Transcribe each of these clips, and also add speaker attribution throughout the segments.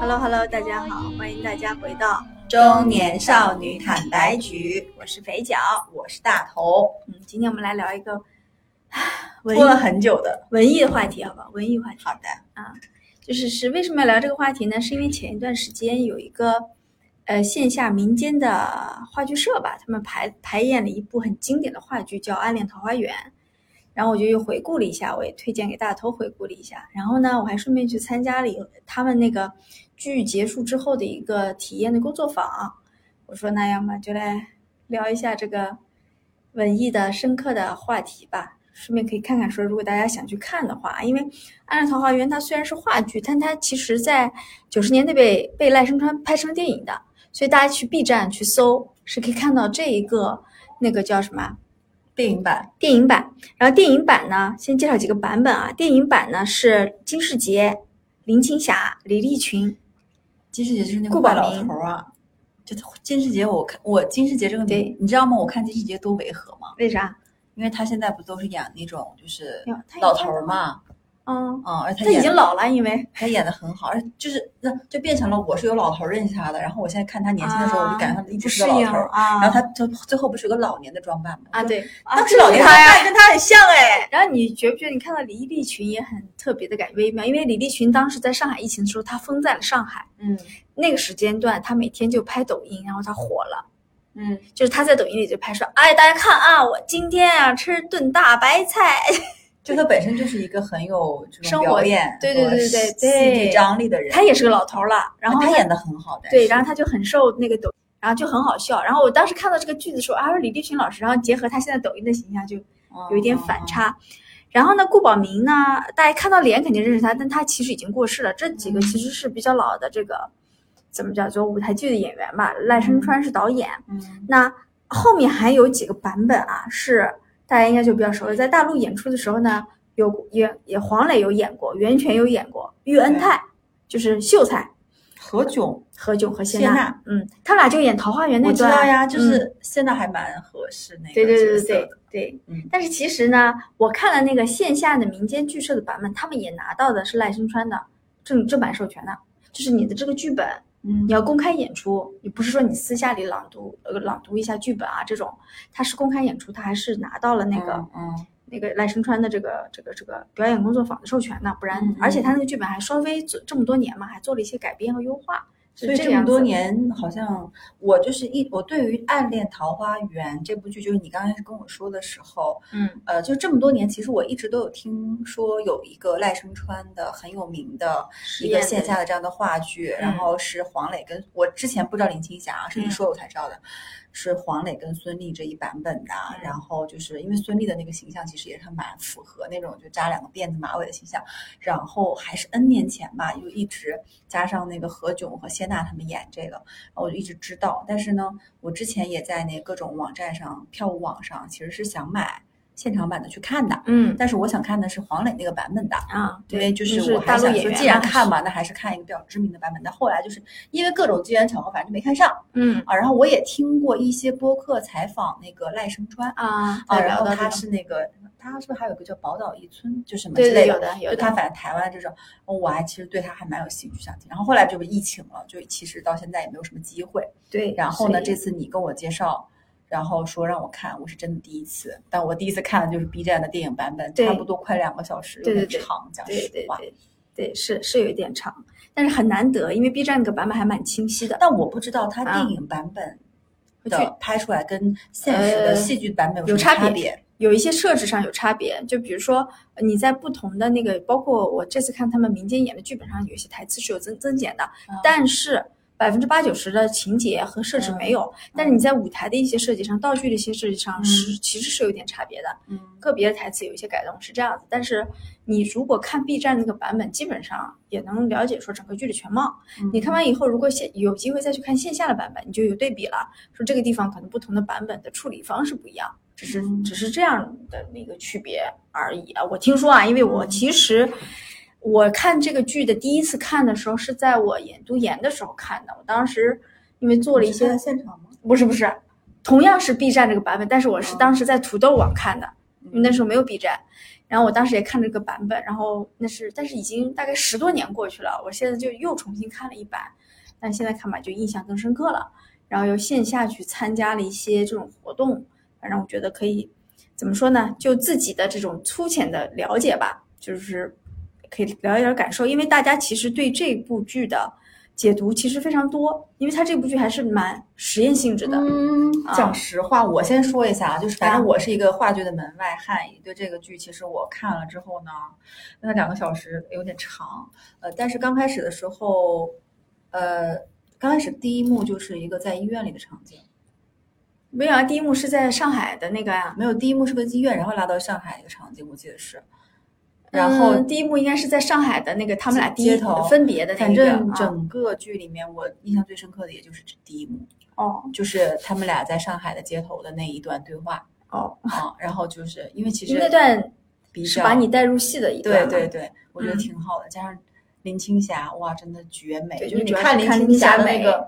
Speaker 1: Hello，大家好，欢迎大家回到，
Speaker 2: 中年少女坦白局，
Speaker 1: 我是肥脚。
Speaker 2: 我是大头，
Speaker 1: 嗯，今天我们来聊一个唉文艺
Speaker 2: 拖了很久的。
Speaker 1: 文艺的话题，好吧？文艺话题啊
Speaker 2: 好的，
Speaker 1: 就是是为什么要聊这个话题呢？是因为前一段时间有一个呃线下民间的话剧社吧，他们排排演了一部很经典的话剧，叫《暗恋桃花源》。然后我就又回顾了一下，我也推荐给大头回顾了一下。然后呢，我还顺便去参加了一个他们那个剧结束之后的一个体验的工作坊。我说，那要么就来聊一下这个文艺的深刻的话题吧。顺便可以看看说，如果大家想去看的话，因为《暗恋桃花源》它虽然是话剧，但它其实在九十年代被被赖声川拍成电影的，所以大家去 B 站去搜是可以看到这一个那个叫什么啊
Speaker 2: 电影版
Speaker 1: 电影版。然后电影版呢，先介绍几个版本啊。电影版呢是金世杰、林青霞、李立群，
Speaker 2: 金世杰就是那
Speaker 1: 顾
Speaker 2: 个怪
Speaker 1: 宝
Speaker 2: 老
Speaker 1: 明
Speaker 2: 头儿啊，就他金世杰，我看我金世杰这个
Speaker 1: 对
Speaker 2: 名，你知道吗？我看金世杰多违和吗？
Speaker 1: 为啥？
Speaker 2: 因为他现在不都是演那种就是
Speaker 1: 哟他也
Speaker 2: 老头儿嘛，
Speaker 1: 嗯，
Speaker 2: 嗯，而他
Speaker 1: 他已
Speaker 2: 演
Speaker 1: 经老了，因为
Speaker 2: 他演的很好，而就是那就变成了我是有老头儿认识他的，然后我现在看他年轻的时候，我就感觉他一
Speaker 1: 不
Speaker 2: 直
Speaker 1: 适
Speaker 2: 是个老
Speaker 1: 应
Speaker 2: 头儿。
Speaker 1: 啊。
Speaker 2: 然后他就最后不是有个老年的装扮吗？
Speaker 1: 啊，对，
Speaker 2: 当时
Speaker 1: 是
Speaker 2: 老年
Speaker 1: 他
Speaker 2: 装
Speaker 1: 呀。
Speaker 2: 扮跟他很像哎，
Speaker 1: 然后你觉不觉得你看到李立群也很特别的感觉微妙？因为李立群当时在上海疫情的时候，他封在了上海
Speaker 2: 嗯
Speaker 1: 那个时间段，他每天就拍抖音，然后他火了。
Speaker 2: 嗯，
Speaker 1: 就是他在抖音里就拍说，哎，大家看啊，我今天啊吃炖大白菜，
Speaker 2: 就他本身就是一个很有这
Speaker 1: 生
Speaker 2: 种
Speaker 1: 活
Speaker 2: 表演
Speaker 1: 对对
Speaker 2: 和
Speaker 1: 对对对
Speaker 2: 戏剧张力的人，
Speaker 1: 他也是个老头儿了。然后
Speaker 2: 啊他演的很好的，
Speaker 1: 对，然后他就很受那个抖，然后就很好笑。然后我当时看到这个剧的时候，啊，说李立群老师，然后结合他现在抖音的形象，就
Speaker 2: 后
Speaker 1: 有一点
Speaker 2: 哦嗯
Speaker 1: 反，差。然后呢，顾宝明呢，大家看到脸肯定认识他，但他其实已经过世了。这几个
Speaker 2: 嗯
Speaker 1: 其实是比较老的这个，怎么叫做舞台剧的演员吧？赖声川是导演，
Speaker 2: 嗯
Speaker 1: 那后面还有几个版本啊，是大家应该就比较熟了。在大陆演出的时候呢，有也也黄磊有演过，袁泉有演过，喻恩泰就是秀才
Speaker 2: 何炅，
Speaker 1: 何炅和谢
Speaker 2: 谢
Speaker 1: 娜，
Speaker 2: 娜
Speaker 1: 嗯，他俩就演桃花源那
Speaker 2: 我知
Speaker 1: 段啊，
Speaker 2: 道呀，就
Speaker 1: 嗯
Speaker 2: 是现在还蛮合适那个
Speaker 1: 对对对
Speaker 2: 角
Speaker 1: 对
Speaker 2: 色
Speaker 1: 对
Speaker 2: 的，
Speaker 1: 对。
Speaker 2: 嗯
Speaker 1: 但是其实呢，我看了那个线下的民间剧社的版本，他们也拿到的是赖声川的正正版授权的，就是你的这个剧本
Speaker 2: 嗯
Speaker 1: 你要公开演出，你不是说你私下里朗读呃朗读一下剧本啊这种，他是公开演出，他还是拿到了那个、
Speaker 2: 嗯
Speaker 1: 那个赖声川的这个这个这个表演工作坊的授权呢，不然、
Speaker 2: 嗯嗯
Speaker 1: 而且他那个剧本还稍微做这么多年嘛，还做了一些改编和优化，是
Speaker 2: 所以
Speaker 1: 这
Speaker 2: 这
Speaker 1: 样
Speaker 2: 么
Speaker 1: 子
Speaker 2: 多
Speaker 1: 的，
Speaker 2: 年，好像我就是一我对于《暗恋桃花源》这部剧，就是你刚开始跟我说的时候，
Speaker 1: 嗯
Speaker 2: 呃，就这么多年，其实我一直都有听说有一个赖声川的很有名的
Speaker 1: 实
Speaker 2: 一个
Speaker 1: 验
Speaker 2: 线
Speaker 1: 的
Speaker 2: 下的这样的话剧，然
Speaker 1: 嗯
Speaker 2: 后是黄磊跟我之前不知道林青霞啊，
Speaker 1: 嗯
Speaker 2: 是你说我才知道的，是黄磊跟孙俪这一版本的。啊
Speaker 1: 嗯
Speaker 2: 然后就是因为孙俪的那个形象其实也是蛮符合那种就扎两个辫子马尾的形象，然后还是 N 年前吧，就一直加上那个何炅和谢娜他们演这个，然后我就一直知道。但是呢，我之前也在那各种网站上、票务网上，其实是想买现场版的去看的。
Speaker 1: 嗯
Speaker 2: 但是我想看的是黄磊那个版本的，
Speaker 1: 啊，
Speaker 2: 因为就
Speaker 1: 就是
Speaker 2: 我
Speaker 1: 大
Speaker 2: 还
Speaker 1: 陆
Speaker 2: 想
Speaker 1: 演
Speaker 2: 说，
Speaker 1: 员
Speaker 2: 既然
Speaker 1: 嘛
Speaker 2: 看，嘛，那还是看一个比较知名的版本。但后来就是因为各种机缘巧合，反正就没看上
Speaker 1: 嗯
Speaker 2: 啊。然后我也听过一些播客采访那个赖声川
Speaker 1: 啊，
Speaker 2: 啊，
Speaker 1: 对
Speaker 2: 然
Speaker 1: 聊
Speaker 2: 后
Speaker 1: 到这
Speaker 2: 他
Speaker 1: 种
Speaker 2: 是那个他是不是还有个叫宝岛一村，就什么
Speaker 1: 对
Speaker 2: 之
Speaker 1: 对
Speaker 2: 类
Speaker 1: 有
Speaker 2: 的。
Speaker 1: 的有
Speaker 2: 就
Speaker 1: 的，
Speaker 2: 他反正台湾这种，我还其实对他还蛮有兴趣想听。然后后来这不疫情了，就其实到现在也没有什么机会。
Speaker 1: 对，
Speaker 2: 然后呢，
Speaker 1: 所以
Speaker 2: 这次你跟我介绍，然后说让我看，我是真的第一次，但我第一次看的就是 B 站的电影版本，
Speaker 1: 对
Speaker 2: 差不多快两个小时，
Speaker 1: 对
Speaker 2: 有
Speaker 1: 对
Speaker 2: 点
Speaker 1: 对
Speaker 2: 长，讲
Speaker 1: 对
Speaker 2: 实
Speaker 1: 对
Speaker 2: 话。
Speaker 1: 对对是是有一点长，但是很难得，因为 B 站那个版本还蛮清晰的，
Speaker 2: 但我不知道它
Speaker 1: 啊
Speaker 2: 电影版本
Speaker 1: 回去
Speaker 2: 的拍出来跟现实
Speaker 1: 呃
Speaker 2: 的戏剧版本
Speaker 1: 有
Speaker 2: 有什么
Speaker 1: 差别
Speaker 2: 别。
Speaker 1: 有一些设置上有差别，就比如说呃你在不同的那个，包括我这次看他们民间演的剧本上，有一些台词是有增增减的，
Speaker 2: 嗯
Speaker 1: 但是百分之八九十的情节和设置没有，但是你在舞台的一些设计上、道具的一些设计上
Speaker 2: 嗯
Speaker 1: 是、其实是有点差别的，
Speaker 2: 嗯，
Speaker 1: 个别的台词有一些改动是这样子，但是你如果看 B 站那个版本，基本上也能了解说整个剧的全貌。
Speaker 2: 嗯
Speaker 1: 你看完以后，如果线有机会再去看线下的版本，你就有对比了，说这个地方可能不同的版本的处理方式不一样，只是
Speaker 2: 嗯
Speaker 1: 只是这样的那个区别而已啊。我听说啊，因为
Speaker 2: 嗯
Speaker 1: 我其实我看这个剧的第一次看的时候是在我研读研的时候看的，我当时因为做了一
Speaker 2: 你是看
Speaker 1: 些
Speaker 2: 了现场吗？
Speaker 1: 不是不是，同样是 B 站这个版本，但是我是
Speaker 2: 嗯
Speaker 1: 嗯当时在土豆网看的，因为那时候没有 B 站。然后我当时也看了这个版本，然后那是但是已经大概十多年过去了，我现在就又重新看了一版，但现在看吧就印象更深刻了。然后又线下去参加了一些这种活动，反正我觉得可以怎么说呢？就自己的这种粗浅的了解吧，就是可以聊一聊感受，因为大家其实对这部剧的解读其实非常多，因为它这部剧还是蛮实验性质的。
Speaker 2: 嗯，
Speaker 1: 啊
Speaker 2: 讲实话，我先说一下啊，就是反
Speaker 1: 啊
Speaker 2: 正我是一个话剧的门外汉，也对这个剧其实我看了之后呢，那两个小时有点长，呃，但是刚开始的时候，呃，刚开始第一幕就是一个在医院里的场景，
Speaker 1: 没有啊，第一幕是在上海的那个啊，
Speaker 2: 没有，第一幕是个医院，然后拉到上海一个场景，我记得是，然后
Speaker 1: 嗯第一幕应该是在上海的那个他们俩第一
Speaker 2: 街头
Speaker 1: 分别的那
Speaker 2: 反
Speaker 1: 一个啊，
Speaker 2: 正整个剧里面，我印象最深刻的也就是这第一幕，
Speaker 1: 哦
Speaker 2: 就是他们俩在上海的街头的那一段对话
Speaker 1: 哦，
Speaker 2: 啊。然后就是因为其
Speaker 1: 因
Speaker 2: 实
Speaker 1: 为那段
Speaker 2: 比
Speaker 1: 是
Speaker 2: 较
Speaker 1: 把你带入戏的一段
Speaker 2: 对
Speaker 1: 嘛，
Speaker 2: 对对，我觉得
Speaker 1: 嗯
Speaker 2: 挺好的。加上林青霞，哇，真的绝美！
Speaker 1: 对
Speaker 2: 就是
Speaker 1: 你
Speaker 2: 你
Speaker 1: 主要
Speaker 2: 看
Speaker 1: 是
Speaker 2: 林
Speaker 1: 看
Speaker 2: 青
Speaker 1: 林
Speaker 2: 霞
Speaker 1: 霞
Speaker 2: 的那
Speaker 1: 美
Speaker 2: 个，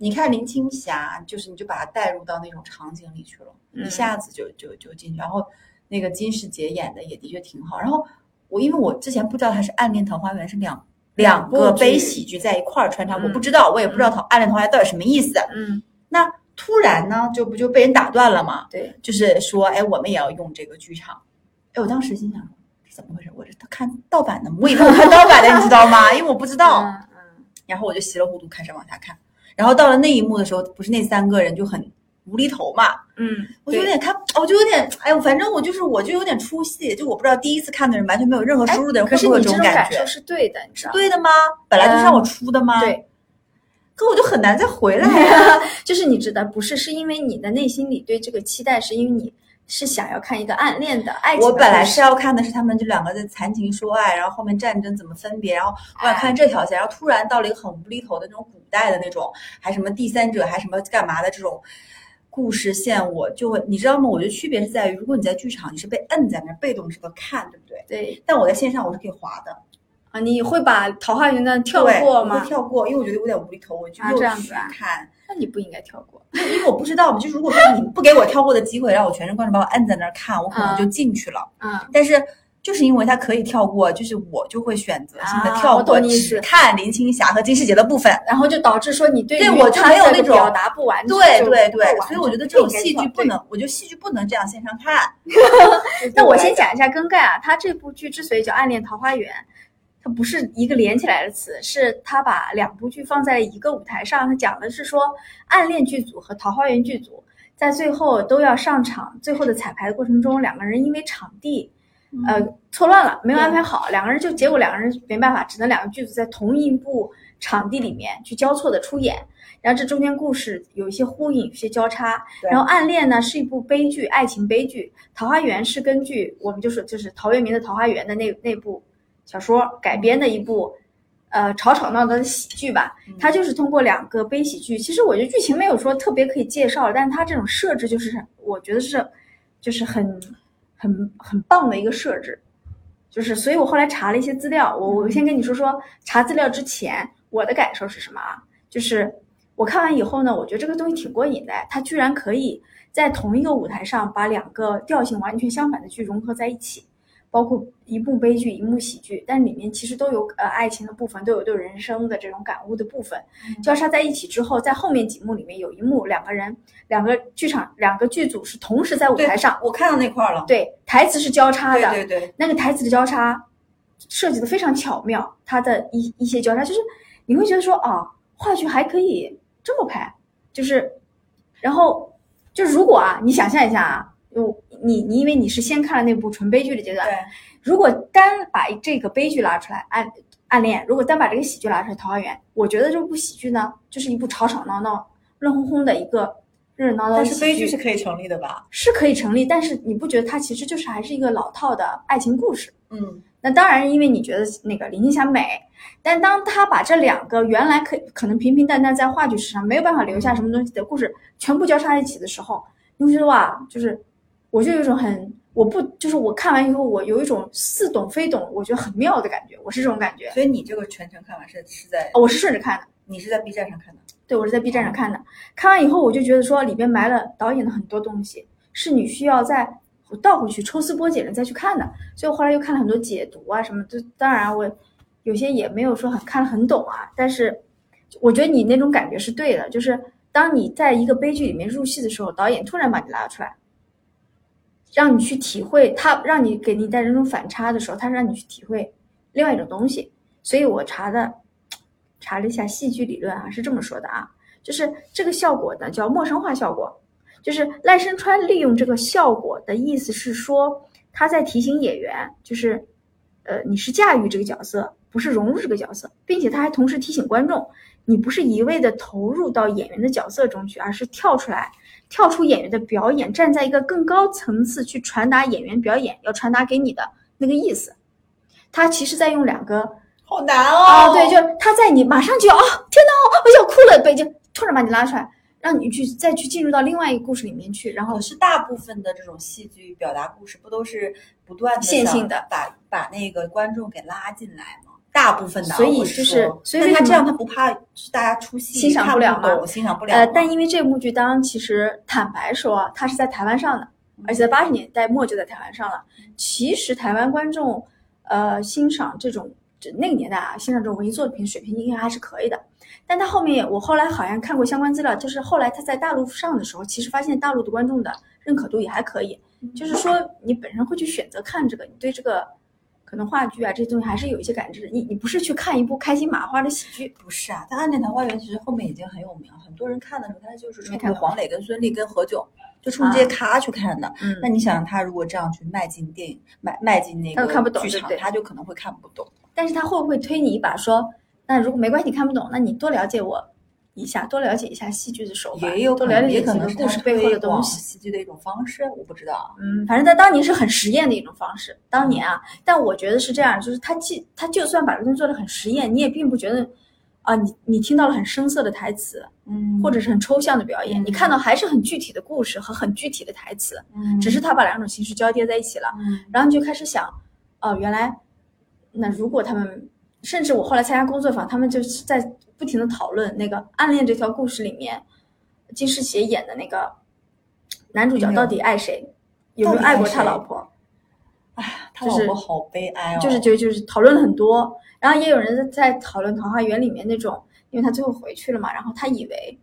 Speaker 2: 你看林青霞，就是你就把她带入到那种场景里去了，
Speaker 1: 嗯
Speaker 2: 一下子就就就进去。然后那个金世杰演的也的确挺好。然后我因为我之前不知道他是《暗恋桃花源》是两。两
Speaker 1: 部
Speaker 2: 个悲
Speaker 1: 剧
Speaker 2: 喜剧在一块儿穿插，我不
Speaker 1: 嗯
Speaker 2: 知道，我也不知道桃《暗恋桃花源》到底什么意思。
Speaker 1: 嗯，
Speaker 2: 那突然呢，就不就被人打断了吗？
Speaker 1: 对，
Speaker 2: 就是说，哎，我们也要用这个剧场。哎，我当时心想，这怎么回事？我这看盗版的，我以为我看盗版的，你知道吗？因为我不知道。
Speaker 1: 嗯嗯
Speaker 2: 然后我就稀里糊涂开始往下看，然后到了那一幕的时候，不是那三个人就很无厘头嘛？
Speaker 1: 嗯，
Speaker 2: 我就有
Speaker 1: 对
Speaker 2: 点看，我就有点，哎，我反正我就是我就有点出戏，就我不知道第一次看的人完全没有任何
Speaker 1: 哎
Speaker 2: 输入的人
Speaker 1: 可
Speaker 2: 会
Speaker 1: 是
Speaker 2: 不会
Speaker 1: 你
Speaker 2: 有
Speaker 1: 这
Speaker 2: 种
Speaker 1: 种感
Speaker 2: 觉
Speaker 1: 受？是对的，你知道吗
Speaker 2: 对啊的吗？本来就是让我出的吗？。
Speaker 1: 对，
Speaker 2: 可我就很难再回 来呀、
Speaker 1: 就是你知道不是，是因为你的内心里对这个期待，是因为你是想要看一个暗恋的爱情的
Speaker 2: 我
Speaker 1: 故事。
Speaker 2: 本来是要看的是他们这两个在谈情说爱，然后后面战争怎么分别，然后我想
Speaker 1: 哎
Speaker 2: 看这条线，然后突然到了一个很无厘头的那种古代的那种，还什么第三者，还什么干嘛的这种故事线，我就会你知道吗？我觉得区别是在于，如果你在剧场，你是被摁在那儿被动式的看，对不对？
Speaker 1: 对
Speaker 2: 但我在线上我是可以滑的，
Speaker 1: 啊，你会把桃花源那段跳
Speaker 2: 对
Speaker 1: 过
Speaker 2: 我
Speaker 1: 吗
Speaker 2: 会？跳过，因为我觉得有点无厘头，我就
Speaker 1: 啊
Speaker 2: 又
Speaker 1: 这样
Speaker 2: 去
Speaker 1: 子啊
Speaker 2: 看，
Speaker 1: 那你不应该跳过。
Speaker 2: 因为我不知道嘛，就是如果说你不给我跳过的机会，让我全神贯注把我摁在那儿看，我可能就进去了。
Speaker 1: 嗯，
Speaker 2: 但是就是因为它可以跳过，就是我就会选择性的
Speaker 1: 啊
Speaker 2: 跳
Speaker 1: 我
Speaker 2: 过，
Speaker 1: 懂你意
Speaker 2: 只
Speaker 1: 思嗯
Speaker 2: 看林青霞和金世杰的部分。
Speaker 1: 然后就导致说你对
Speaker 2: 对
Speaker 1: 于
Speaker 2: 我就
Speaker 1: 他
Speaker 2: 没有
Speaker 1: 这
Speaker 2: 那
Speaker 1: 个
Speaker 2: 种
Speaker 1: 表达不完整，
Speaker 2: 对
Speaker 1: 就
Speaker 2: 对
Speaker 1: 不
Speaker 2: 对，
Speaker 1: 完
Speaker 2: 所以我
Speaker 1: 整
Speaker 2: 觉得这种
Speaker 1: 不应该
Speaker 2: 戏剧
Speaker 1: 跳
Speaker 2: 不能，我觉得戏剧不能这样线上看。
Speaker 1: 对那我先讲一下更改啊，他这部剧之所以叫《暗恋桃花源》，它不是一个连起来的词，是他把两部剧放在一个舞台上。他讲的是说，暗恋剧组和桃花源剧组在最后都要上场，最后的彩排的过程中，两个人因为场地呃错乱了，没有安排好，两个人就结果两个人没办法，只能两个剧组在同一部场地里面去交错的出演。然后这中间故事有一些呼应，有一些交叉。
Speaker 2: 对
Speaker 1: 然后《暗恋》呢是一部悲剧，爱情悲剧，《桃花源》是根据我们就说就是陶渊明的《桃花源》的那那部小说改编的一部，呃吵吵闹闹的喜剧吧。它就是通过两个悲喜剧，其实我觉得剧情没有说特别可以介绍，但是它这种设置就是我觉得是就是很很很棒的一个设置。就是，所以我后来查了一些资料，我
Speaker 2: 嗯
Speaker 1: 我先跟你说说查资料之前我的感受是什么啊？就是我看完以后呢，我觉得这个东西挺过瘾的，它居然可以在同一个舞台上把两个调性完全相反的剧融合在一起，包括一部悲剧、一幕喜剧，但里面其实都有呃爱情的部分，都有对人生的这种感悟的部分
Speaker 2: 嗯
Speaker 1: 交叉在一起之后，在后面几幕里面有一幕两个人、两个剧场、两个剧组是同时在舞
Speaker 2: 对
Speaker 1: 台上，
Speaker 2: 我看到那块儿了。
Speaker 1: 对台词是交叉的，
Speaker 2: 对对对，
Speaker 1: 那个台词的交叉设计的非常巧妙，它的一一些交叉就是你会觉得说啊，话剧还可以这么拍，就是，然后就是如果啊，你想象一下啊，我你你因为你是先看了那部纯悲剧的阶段，
Speaker 2: 对
Speaker 1: 如果单把这个悲剧拉出来，暗暗恋，如果单把这个喜剧拉出来，桃花源，我觉得这部喜剧呢，就是一部吵吵闹闹、乱哄哄的一个热热闹闹的
Speaker 2: 但
Speaker 1: 喜
Speaker 2: 是
Speaker 1: 剧，
Speaker 2: 悲剧是可以成立的吧？
Speaker 1: 是可以成立，但是你不觉得它其实就是还是一个老套的爱情故事？
Speaker 2: 嗯，
Speaker 1: 那当然，因为你觉得那个林青霞美，但当她把这两个原来可可能平平淡淡在话剧史上没有办法留下什么东西的故事全部交叉在一起的时候，你会觉得哇，就是我就有一种很我不就是我看完以后，我有一种似懂非懂，我觉得很妙的感觉，我是这种感觉。
Speaker 2: 所以你这个全程看完是是在
Speaker 1: 哦我是顺着看的，
Speaker 2: 你是在 B 站上看的，
Speaker 1: 对我是在 B 站上看的，看完以后我就觉得说里边埋了导演的很多东西，是你需要在我倒回去抽丝剥茧的再去看的。所以我后来又看了很多解读啊什么，就当然我有些也没有说很看得很懂啊，但是我觉得你那种感觉是对的，就是当你在一个悲剧里面入戏的时候，导演突然把你拉出来，让你去体会他，让你给你带来这种反差的时候，他让你去体会另外一种东西。所以我查的查了一下戏剧理论啊，是这么说的啊，就是这个效果呢叫陌生化效果。就是赖声川利用这个效果的意思是说，他在提醒演员，就是，呃，你是驾驭这个角色，不是融入这个角色，并且他还同时提醒观众，你不是一味的投入到演员的角色中去，而是跳出来，跳出演员的表演，站在一个更高层次去传达演员表演要传达给你的那个意思。他其实在用两个
Speaker 2: 好难
Speaker 1: 啊，
Speaker 2: 哦
Speaker 1: 对，就是他在你马上就要啊，天哪，我想哭了，北京突然把你拉出来，让你去再去进入到另外一个故事里面去，然后
Speaker 2: 可是大部分的这种戏剧表达故事，不都是不断的
Speaker 1: 线性的
Speaker 2: 把把那个观众给拉进来吗？大部分的啊，
Speaker 1: 所以
Speaker 2: 我是
Speaker 1: 就是
Speaker 2: 说
Speaker 1: 所以
Speaker 2: 但
Speaker 1: 为什
Speaker 2: 他这
Speaker 1: 么
Speaker 2: 样，他不怕是大家出戏
Speaker 1: 欣赏
Speaker 2: 看
Speaker 1: 不
Speaker 2: 不
Speaker 1: 了吗
Speaker 2: 懂欣赏不了吗。
Speaker 1: 呃，但因为这部剧当其实坦白说啊，它是在台湾上的，而且在八十年代末就在台湾上了。其实台湾观众呃欣赏这种这那个年代啊，欣赏这种文艺作品水平应该还是可以的。但他后面我后来好像看过相关资料，就是后来他在大陆上的时候，其实发现大陆的观众的认可度也还可以。
Speaker 2: 嗯
Speaker 1: 就是说你本身会去选择看这个，你对这个可能话剧啊这些东西还是有一些感知。你你不是去看一部开心麻花的喜剧，
Speaker 2: 不是啊，但《暗恋桃花源》其实后面已经很有名，很多人看的时候，他就是
Speaker 1: 没
Speaker 2: 冲
Speaker 1: 看
Speaker 2: 着
Speaker 1: 过
Speaker 2: 黄磊跟孙俪跟何炅，就冲着这些咖去看的。
Speaker 1: 嗯
Speaker 2: 那你想，他如果这样去迈进电影，迈迈进那
Speaker 1: 他
Speaker 2: 个
Speaker 1: 就看不懂
Speaker 2: 剧
Speaker 1: 对不
Speaker 2: 场
Speaker 1: 对，
Speaker 2: 他就可能会看不懂。
Speaker 1: 但是他会不会推你一把说，那如果没关系，你看不懂，那你多了解我一下，多了解一下戏剧的手法，
Speaker 2: 也有
Speaker 1: 多
Speaker 2: 可
Speaker 1: 了
Speaker 2: 能，
Speaker 1: 解
Speaker 2: 也
Speaker 1: 几
Speaker 2: 可
Speaker 1: 个
Speaker 2: 能是
Speaker 1: 故
Speaker 2: 他
Speaker 1: 事背后的
Speaker 2: 推
Speaker 1: 东
Speaker 2: 广
Speaker 1: 西。
Speaker 2: 戏剧的一种方式，我不知道。啊
Speaker 1: 嗯，反正在当年是很实验的一种方式。当年啊，但我觉得是这样，就是他既他就算把这东西做的很实验，你也并不觉得啊，你你听到了很生涩的台词，
Speaker 2: 嗯
Speaker 1: 或者是很抽象的表演，
Speaker 2: 嗯
Speaker 1: 你看到还是很具体的故事和很具体的台词，只是他把两种形式交叠在一起了。
Speaker 2: 嗯
Speaker 1: 然后你就开始想，哦，原来那如果他们，甚至我后来参加工作坊，他们就是在不停的讨论那个《暗恋》这条故事里面，金世杰演的那个男主角到底爱谁，有没有爱过他老婆，
Speaker 2: 他
Speaker 1: 就
Speaker 2: 老
Speaker 1: 是
Speaker 2: 婆好悲哀哦，
Speaker 1: 就是就就是讨论了很多。然后也有人在讨论《桃花源》里面那种，因为他最后回去了嘛，然后他以为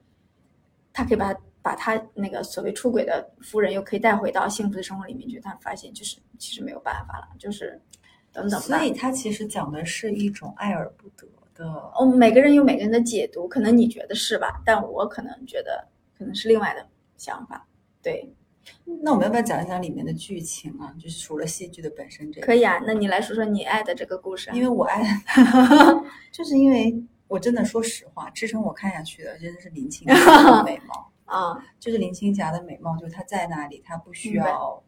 Speaker 1: 他可以把他把他那个所谓出轨的夫人又可以带回到幸福的生活里面去，但发现就是其实没有办法了，就是等等吧。
Speaker 2: 所以他其实讲的是一种爱而不得的。
Speaker 1: 哦，每个人有每个人的解读，可能你觉得是吧？但我可能觉得可能是另外的想法。对，
Speaker 2: 那我们要不要讲一讲里面的剧情啊？就是除了戏剧的本身这个，
Speaker 1: 可以啊。那你来说说你爱的这个故事啊，
Speaker 2: 因为我爱，
Speaker 1: 啊
Speaker 2: 就是因为我真的说实话，支撑我看下去的真的是 林青霞的美貌，
Speaker 1: 啊，
Speaker 2: 就是林青霞的美貌，就是她在那里，她不需
Speaker 1: 明白
Speaker 2: 要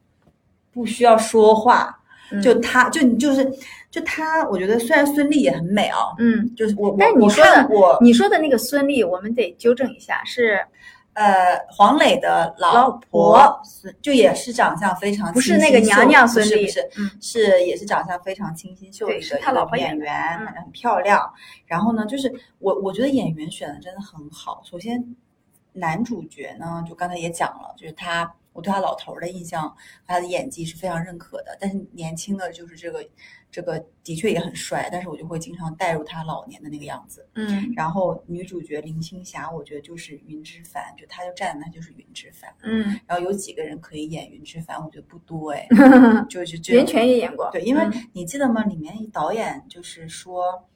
Speaker 2: 不需要说话，
Speaker 1: 嗯
Speaker 2: 就她就你就是就她，我觉得虽然孙俪也很美啊，
Speaker 1: 嗯，
Speaker 2: 就是我我
Speaker 1: 但你
Speaker 2: 我
Speaker 1: 说
Speaker 2: 看
Speaker 1: 的
Speaker 2: 过
Speaker 1: 你说的那个孙俪，我们得纠正一下，是
Speaker 2: 呃，黄磊的
Speaker 1: 老
Speaker 2: 老
Speaker 1: 婆
Speaker 2: 婆孙就也是长相非常
Speaker 1: 不是
Speaker 2: 清
Speaker 1: 那个
Speaker 2: 新
Speaker 1: 娘
Speaker 2: 秀
Speaker 1: 娘
Speaker 2: 不
Speaker 1: 孙
Speaker 2: 是不
Speaker 1: 俪
Speaker 2: 是
Speaker 1: 嗯
Speaker 2: 是也是长相非常清新秀
Speaker 1: 对
Speaker 2: 丽
Speaker 1: 是
Speaker 2: 的一
Speaker 1: 她老婆
Speaker 2: 个
Speaker 1: 演
Speaker 2: 演员，
Speaker 1: 嗯
Speaker 2: 反正很漂亮。然后呢，就是我我觉得演员选的真的很好。首先，男主角呢，就刚才也讲了，就是他，我对他老头儿的印象，他的演技是非常认可的。但是年轻的就是这个这个的确也很帅，但是我就会经常带入他老年的那个样子。
Speaker 1: 嗯
Speaker 2: 然后女主角林青霞，我觉得就是云之凡，就她就站那就是云之凡。
Speaker 1: 嗯，
Speaker 2: 然后有几个人可以演云之凡，我觉得不多 哎，就是这
Speaker 1: 袁泉也演过，
Speaker 2: 对，因为
Speaker 1: 嗯
Speaker 2: 你记得吗？里面导演就是说，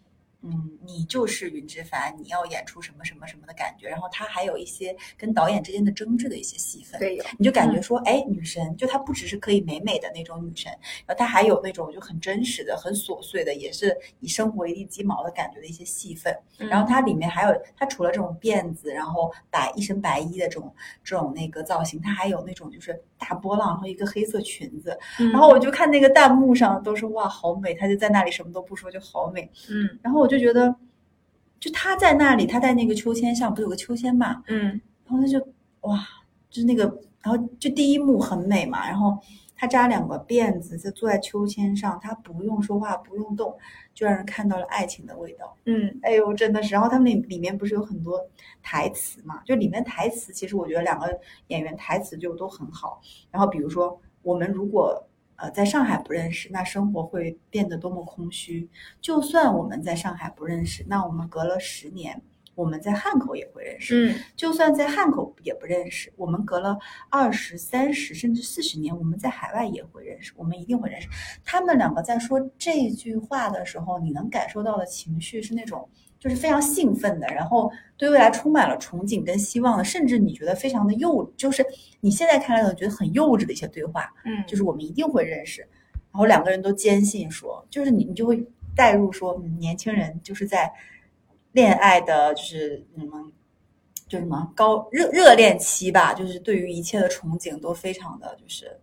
Speaker 2: 嗯，你就是云之凡，你要演出什么什么什么的感觉。然后他还有一些跟导演之间的争执的一些戏份，
Speaker 1: 对有，嗯
Speaker 2: 你就感觉说，哎，女神，就她不只是可以美美的那种女神，然后她还有那种就很真实的、很琐碎的，也是以生活为一地鸡毛的感觉的一些戏份。然
Speaker 1: 嗯
Speaker 2: 后它里面还有，它除了这种辫子，然后白一身白衣的这种这种那个造型，它还有那种就是大波浪和一个黑色裙子。
Speaker 1: 嗯，
Speaker 2: 然后我就看那个弹幕上都是哇，好美！她就在那里什么都不说，就好美。
Speaker 1: 嗯
Speaker 2: 然后我就觉得，就她在那里，她在那个秋千上，不是有个秋千嘛？
Speaker 1: 嗯
Speaker 2: 然后他就哇，就是那个，然后就第一幕很美嘛，然后他扎两个辫子，就坐在秋千上，他不用说话，不用动，就让人看到了爱情的味道。
Speaker 1: 嗯
Speaker 2: 哎呦，真的是。然后他们里里面不是有很多台词嘛，就里面台词其实我觉得两个演员台词就都很好。然后比如说。我们如果呃在上海不认识，那生活会变得多么空虚。就算我们在上海不认识，那我们隔了十年，我们在汉口也会认识。
Speaker 1: 嗯，
Speaker 2: 就算在汉口也不认识，我们隔了二十三十甚至四十年，我们在海外也会认识，我们一定会认识。他们两个在说这句话的时候，你能感受到的情绪是那种就是非常兴奋的，然后对未来充满了憧憬跟希望的，甚至你觉得非常的幼，就是你现在看来的觉得很幼稚的一些对话，
Speaker 1: 嗯，
Speaker 2: 就是我们一定会认识。然后两个人都坚信说，就是你你就会带入说，嗯年轻人就是在恋爱的，就是什么，就什么高热热恋期吧，就是对于一切的憧憬都非常的就是，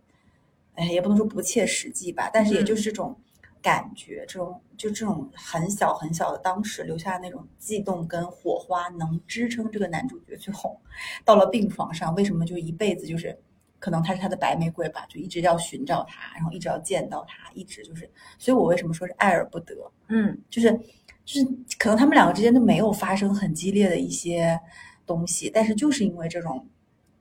Speaker 2: 哎，也不能说不切实际吧，但是也
Speaker 1: 嗯
Speaker 2: 就是这种感觉，这种就这种很小很小的当时留下的那种悸动跟火花，能支撑这个男主角最后到了病床上，为什么就一辈子就是，可能他是他的白玫瑰吧，就一直要寻找他，然后一直要见到他，一直就是，所以我为什么说是爱而不得，
Speaker 1: 嗯
Speaker 2: 就是就是可能他们两个之间都没有发生很激烈的一些东西，但是就是因为这种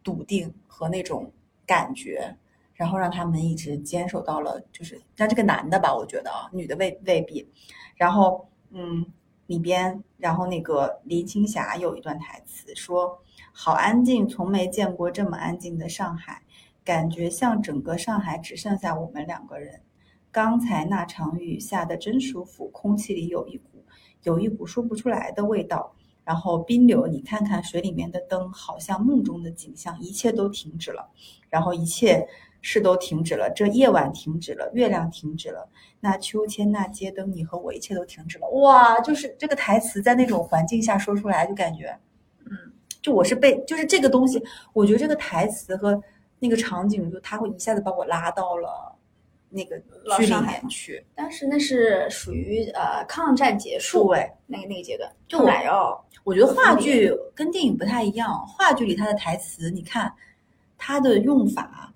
Speaker 2: 笃定和那种感觉，然后让他们一直坚守到了，就是让这个男的吧，我觉得啊，女的未未必，然后嗯，里边然后那个林青霞有一段台词说：“好安静，从没见过这么安静的上海。”感觉像整个上海只剩下我们两个人，刚才那场雨下得真舒服，空气里有一股有一股说不出来的味道。然后冰流，你看看水里面的灯，好像梦中的景象，一切都停止了，然后一切事都停止了，这夜晚停止了，月亮停止了，那秋千、那街灯，你和我一切都停止了。哇，就是这个台词在那种环境下说出来，就感觉，
Speaker 1: 嗯，
Speaker 2: 就我是被，就是这个东西，我觉得这个台词和那个场景，就它会一下子把我拉到了那个
Speaker 1: 老
Speaker 2: 剧里
Speaker 1: 上海
Speaker 2: 面去。
Speaker 1: 当时那是属于呃抗战结束
Speaker 2: 对，
Speaker 1: 那个那个阶段，
Speaker 2: 就
Speaker 1: 后
Speaker 2: 我
Speaker 1: 来要
Speaker 2: 我觉得话剧跟电影不太一样，话剧里它的台词，你看它的用法，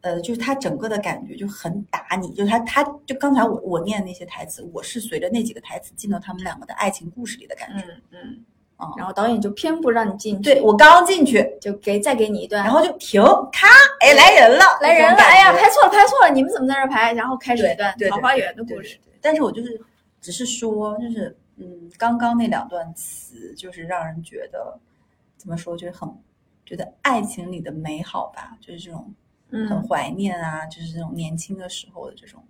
Speaker 2: 呃，就是它整个的感觉就很打你，就它它就刚才我我念那些台词，我是随着那几个台词进到他们两个的爱情故事里的感觉。
Speaker 1: 嗯嗯
Speaker 2: 哦，
Speaker 1: 然后导演就偏不让你进去，
Speaker 2: 对我刚进去，
Speaker 1: 就给再给你一段，
Speaker 2: 然后就停，咔，哎，来人了，
Speaker 1: 来人
Speaker 2: 这种
Speaker 1: 了，
Speaker 2: 感
Speaker 1: 哎呀，
Speaker 2: 觉
Speaker 1: 拍错了，拍错了，你们怎么在这儿排？然后开始
Speaker 2: 对
Speaker 1: 一段
Speaker 2: 对对
Speaker 1: 桃花源的
Speaker 2: 对
Speaker 1: 故
Speaker 2: 对
Speaker 1: 事。
Speaker 2: 对但是我就是只是说，就是嗯，刚刚那两段词，就是让人觉得怎么说，就是很觉得爱情里的美好吧，就是这种很
Speaker 1: 嗯
Speaker 2: 怀念啊，就是这种年轻的时候的这种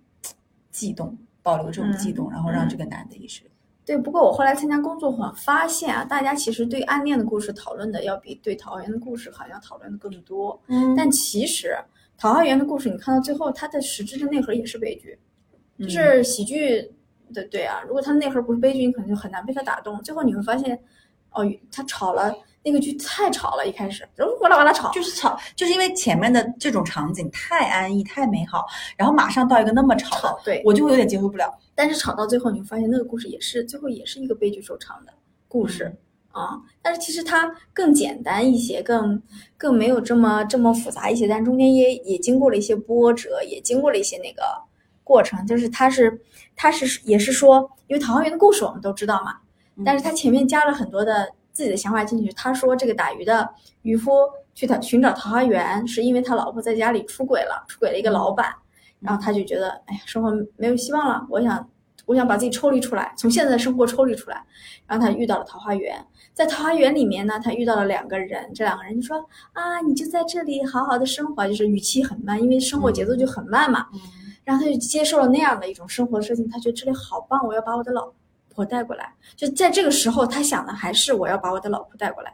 Speaker 2: 悸动，保留这种
Speaker 1: 嗯
Speaker 2: 悸动，然后让这个男的一直
Speaker 1: 对，不过我后来参加工作坊发现啊，大家其实对暗恋的故事讨论的要比对桃花源的故事好像讨论的更多。
Speaker 2: 嗯
Speaker 1: 但其实桃花源的故事，你看到最后，它的实质的内核也是悲剧，就
Speaker 2: 嗯
Speaker 1: 是喜剧的。对啊，如果它内核不是悲剧，你可能就很难被它打动。最后你会发现，哦，他吵了那个剧太吵了，一开始然后呱啦呱啦吵，
Speaker 2: 就是吵，就是因为前面的这种场景太安逸、太美好，然后马上到一个那么吵，
Speaker 1: 对。
Speaker 2: 我就有点接受不了。
Speaker 1: 但是吵到最后，你会发现那个故事也是最后也是一个悲剧收场的故事。啊、但是其实它更简单一些，更更没有这么这么复杂一些，但中间也也经过了一些波折，也经过了一些那个过程，就是它是它是也是说，因为桃花源的故事我们都知道嘛，
Speaker 2: 嗯
Speaker 1: 但是它前面加了很多的自己的想法进去。他说这个打鱼的渔夫去他寻找桃花源，是因为他老婆在家里出轨了，出轨了一个老板，然后他就觉得哎呀，生活没有希望了，我想我想把自己抽离出来，从现在的生活抽离出来。然后他遇到了桃花源，在桃花源里面呢，他遇到了两个人，这两个人就说啊，你就在这里好好的生活，就是语气很慢，因为生活节奏就很慢嘛。
Speaker 2: 嗯
Speaker 1: 然后他就接受了那样的一种生活设定，他觉得这里好棒，我要把我的老婆带过来。就在这个时候，他想的还是我要把我的老婆带过来。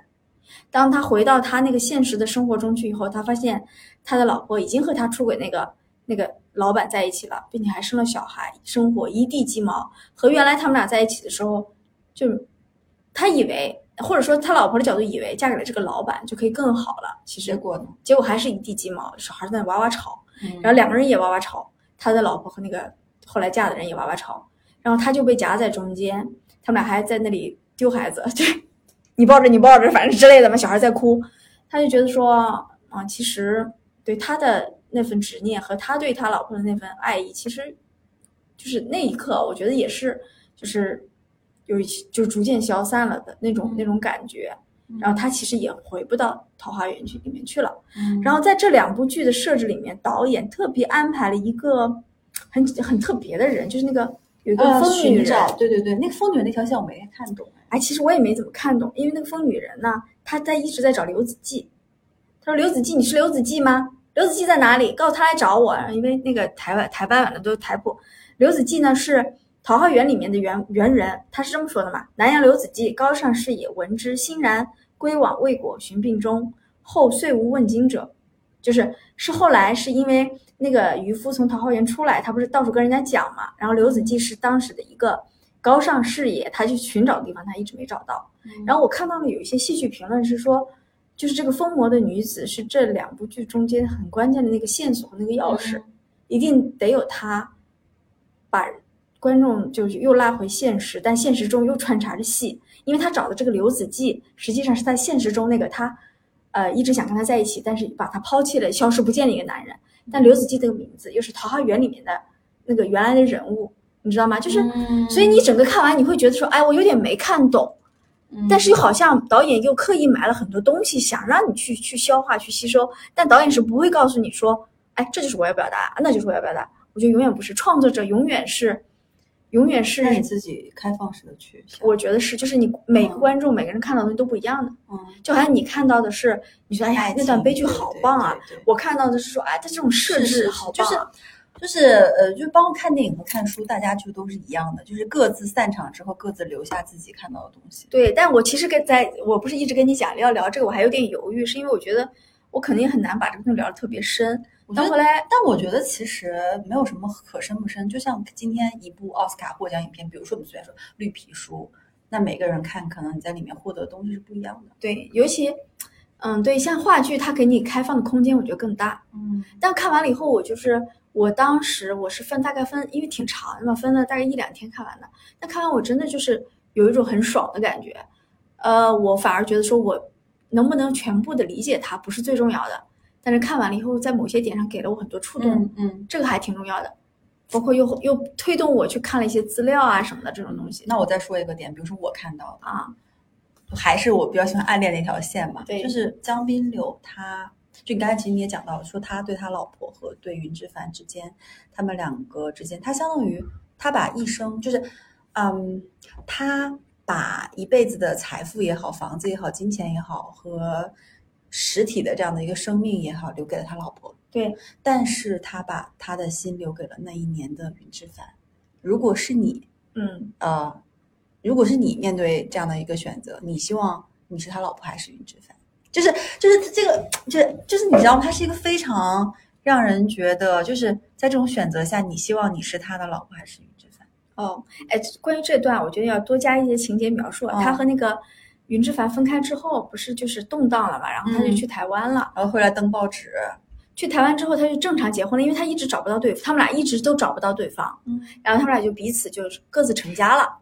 Speaker 1: 当他回到他那个现实的生活中去以后，他发现他的老婆已经和他出轨那个那个老板在一起了，并且还生了小孩，生活一地鸡毛，和原来他们俩在一起的时候，就他以为或者说他老婆的角度以为嫁给了这个老板就可以更好了，其
Speaker 2: 结
Speaker 1: 实
Speaker 2: 果呢？
Speaker 1: 结果还是一地鸡毛，小孩在那哇哇吵。
Speaker 2: 然
Speaker 1: 嗯然后两个人也哇哇吵，他的老婆和那个后来嫁的人也哇哇吵，然后他就被夹在中间，他们俩还在那里丢孩子， 就你抱着你抱着，反正之类的嘛，小孩在哭，他就觉得说啊，其实对他的那份执念和他对他老婆的那份爱意，其实就是那一刻，我觉
Speaker 2: 嗯
Speaker 1: 得也是就是有一些就逐渐消散了的那种那种感觉，然后他其实也回不到桃花源去里面去了。
Speaker 2: 嗯
Speaker 1: 然后在这两部剧的设置里面，导演特别安排了一个很很特别的人，就是那个有一个
Speaker 2: 呃，
Speaker 1: 疯女
Speaker 2: 寻
Speaker 1: 人。
Speaker 2: 找，对对对，那个疯女人那条线我没看懂哎，
Speaker 1: 哎，其实我也没怎么看懂，因为那个疯女人呢，她在一直在找刘子骥。她说：“刘子骥，你是刘子骥吗？刘子骥在哪里？告诉他来找我。”啊因为那个台湾台湾版的都是台普，刘子骥呢是《桃花源》里面的原原人，他是这么说的嘛：“南阳刘子骥，高尚视野，闻之欣然，归往未果，寻病中，后遂无问津者。”就是是后来是因为那个渔夫从桃花源出来，他不是到处跟人家讲嘛，然后刘子骥是当时的一个高尚视野，他去寻找地方，他一直没找到。然后我看到了有一些戏剧评论是说，就是这个疯魔的女子是这两部剧中间很关键的那个线索和那个钥匙，一定得有她把观众就是又拉回现实，但现实中又穿插着戏，因为他找的这个刘子骥实际上是在现实中那个他，呃，一直想跟他在一起，但是把他抛弃了、消失不见的一个男人。但刘子骥这个名字又是《桃花源》里面的那个原来的人物，你知道吗？就是，
Speaker 2: 嗯
Speaker 1: 所以你整个看完你会觉得说，哎，我有点没看懂，
Speaker 2: 嗯
Speaker 1: 但是又好像导演又刻意埋了很多东西，想让你去去消化、去吸收，但导演是不会告诉你说，哎，这就是我要表达，那就是我要表达。我觉得永远不是创作者，永远是，永远是
Speaker 2: 那你自己开放式的去想，
Speaker 1: 我觉得是，就是你每个
Speaker 2: 嗯
Speaker 1: 观众、每个人看到的东西都不一样的，
Speaker 2: 嗯，
Speaker 1: 就好像你看到的是，你说哎呀
Speaker 2: 爱
Speaker 1: 那
Speaker 2: 情
Speaker 1: 段悲剧
Speaker 2: 对
Speaker 1: 好
Speaker 2: 对
Speaker 1: 棒啊，
Speaker 2: 对对
Speaker 1: 我看到的是说哎，它这种设
Speaker 2: 是
Speaker 1: 置
Speaker 2: 是
Speaker 1: 好
Speaker 2: 就
Speaker 1: 棒
Speaker 2: 是
Speaker 1: 啊，
Speaker 2: 就是呃，就是包括看电影和看书，大家就都是一样的，就是各自散场之后，各自留下自己看到的东西。
Speaker 1: 对。但我其实跟在我不是一直跟你讲要聊这个，我还有点犹豫，是因为我觉得我肯定很难把这个东西聊得特别深。
Speaker 2: 我觉
Speaker 1: 但
Speaker 2: 得
Speaker 1: 后来
Speaker 2: 但我觉得其实没有什么可深不深，就像今天一部奥斯卡获奖影片，比如说我们虽然说《绿皮书》，那每个人看，可能你在里面获得的东西是不一样的。
Speaker 1: 对，尤其嗯，对，像话剧它给你开放的空间，我觉得更大。
Speaker 2: 嗯
Speaker 1: 但看完了以后，我就是我当时我是分大概分，因为挺长的嘛，分了大概一两天看完的。那看完我真的就是有一种很爽的感觉，呃，我反而觉得说我能不能全部的理解它不是最重要的，但是看完了以后，在某些点上给了我很多触动，
Speaker 2: 嗯嗯。
Speaker 1: 这个还挺重要的。包括又又推动我去看了一些资料啊什么的这种东西。
Speaker 2: 那我再说一个点，比如说我看到的。
Speaker 1: 啊，
Speaker 2: 还是我比较喜欢暗恋那条线嘛，
Speaker 1: 对
Speaker 2: 就是江滨柳他，就你刚才其实你也讲到，说他对他老婆和对云之凡之间，他们两个之间，他相当于他把一生就是，嗯，他把一辈子的财富也好，房子也好，金钱也好和实体的这样的一个生命也好，留给了他老婆，
Speaker 1: 对，
Speaker 2: 但是他把他的心留给了那一年的云之凡。如果是你，
Speaker 1: 嗯，
Speaker 2: 呃，如果是你面对这样的一个选择，你希望你是他老婆还是云之凡？就是就是这个，就是就是你知道吗？他是一个非常让人觉得，就是在这种选择下，你希望你是他的老婆还是云之凡？
Speaker 1: 哦，哎，关于这段，我觉得要多加一些情节描述啊。他
Speaker 2: 哦
Speaker 1: 和那个云之凡分开之后，不是就是动荡了嘛，然后他就
Speaker 2: 嗯
Speaker 1: 去台湾了。
Speaker 2: 然后回来登报纸，
Speaker 1: 去台湾之后，他就正常结婚了，因为他一直找不到对他们俩一直都找不到对方，
Speaker 2: 嗯，
Speaker 1: 然后他们俩就彼此就是各自成家了。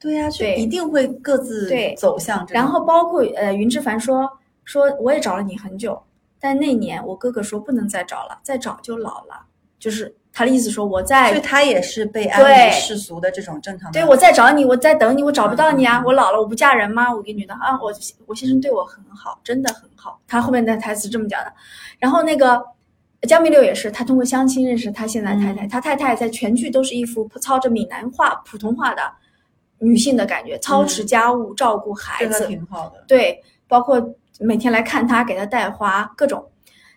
Speaker 2: 对呀、就
Speaker 1: 对
Speaker 2: 一定会各自
Speaker 1: 对
Speaker 2: 走向这种。
Speaker 1: 然后包括呃，云之凡说说我也找了你很久，但那年我哥哥说不能再找了，再找就老了，就是他的意思说我
Speaker 2: 所以
Speaker 1: 再
Speaker 2: 他也是被安
Speaker 1: 对
Speaker 2: 于世俗的这种正常的。
Speaker 1: 对我再找你，我再等你，我找不到你啊，
Speaker 2: 嗯
Speaker 1: 我老了我不嫁人吗？我一个女的啊，我我先生对我很好，真的很好。他后面的台词这么讲的，然后那个。江明六也是，他通过相亲认识他现在的太太，他太太在全剧都是一副操着闽南话、普通话的女性的感觉，操持家务、照顾孩
Speaker 2: 这
Speaker 1: 子
Speaker 2: 个，挺好的。
Speaker 1: 对，包括每天来看他，给他带花各种。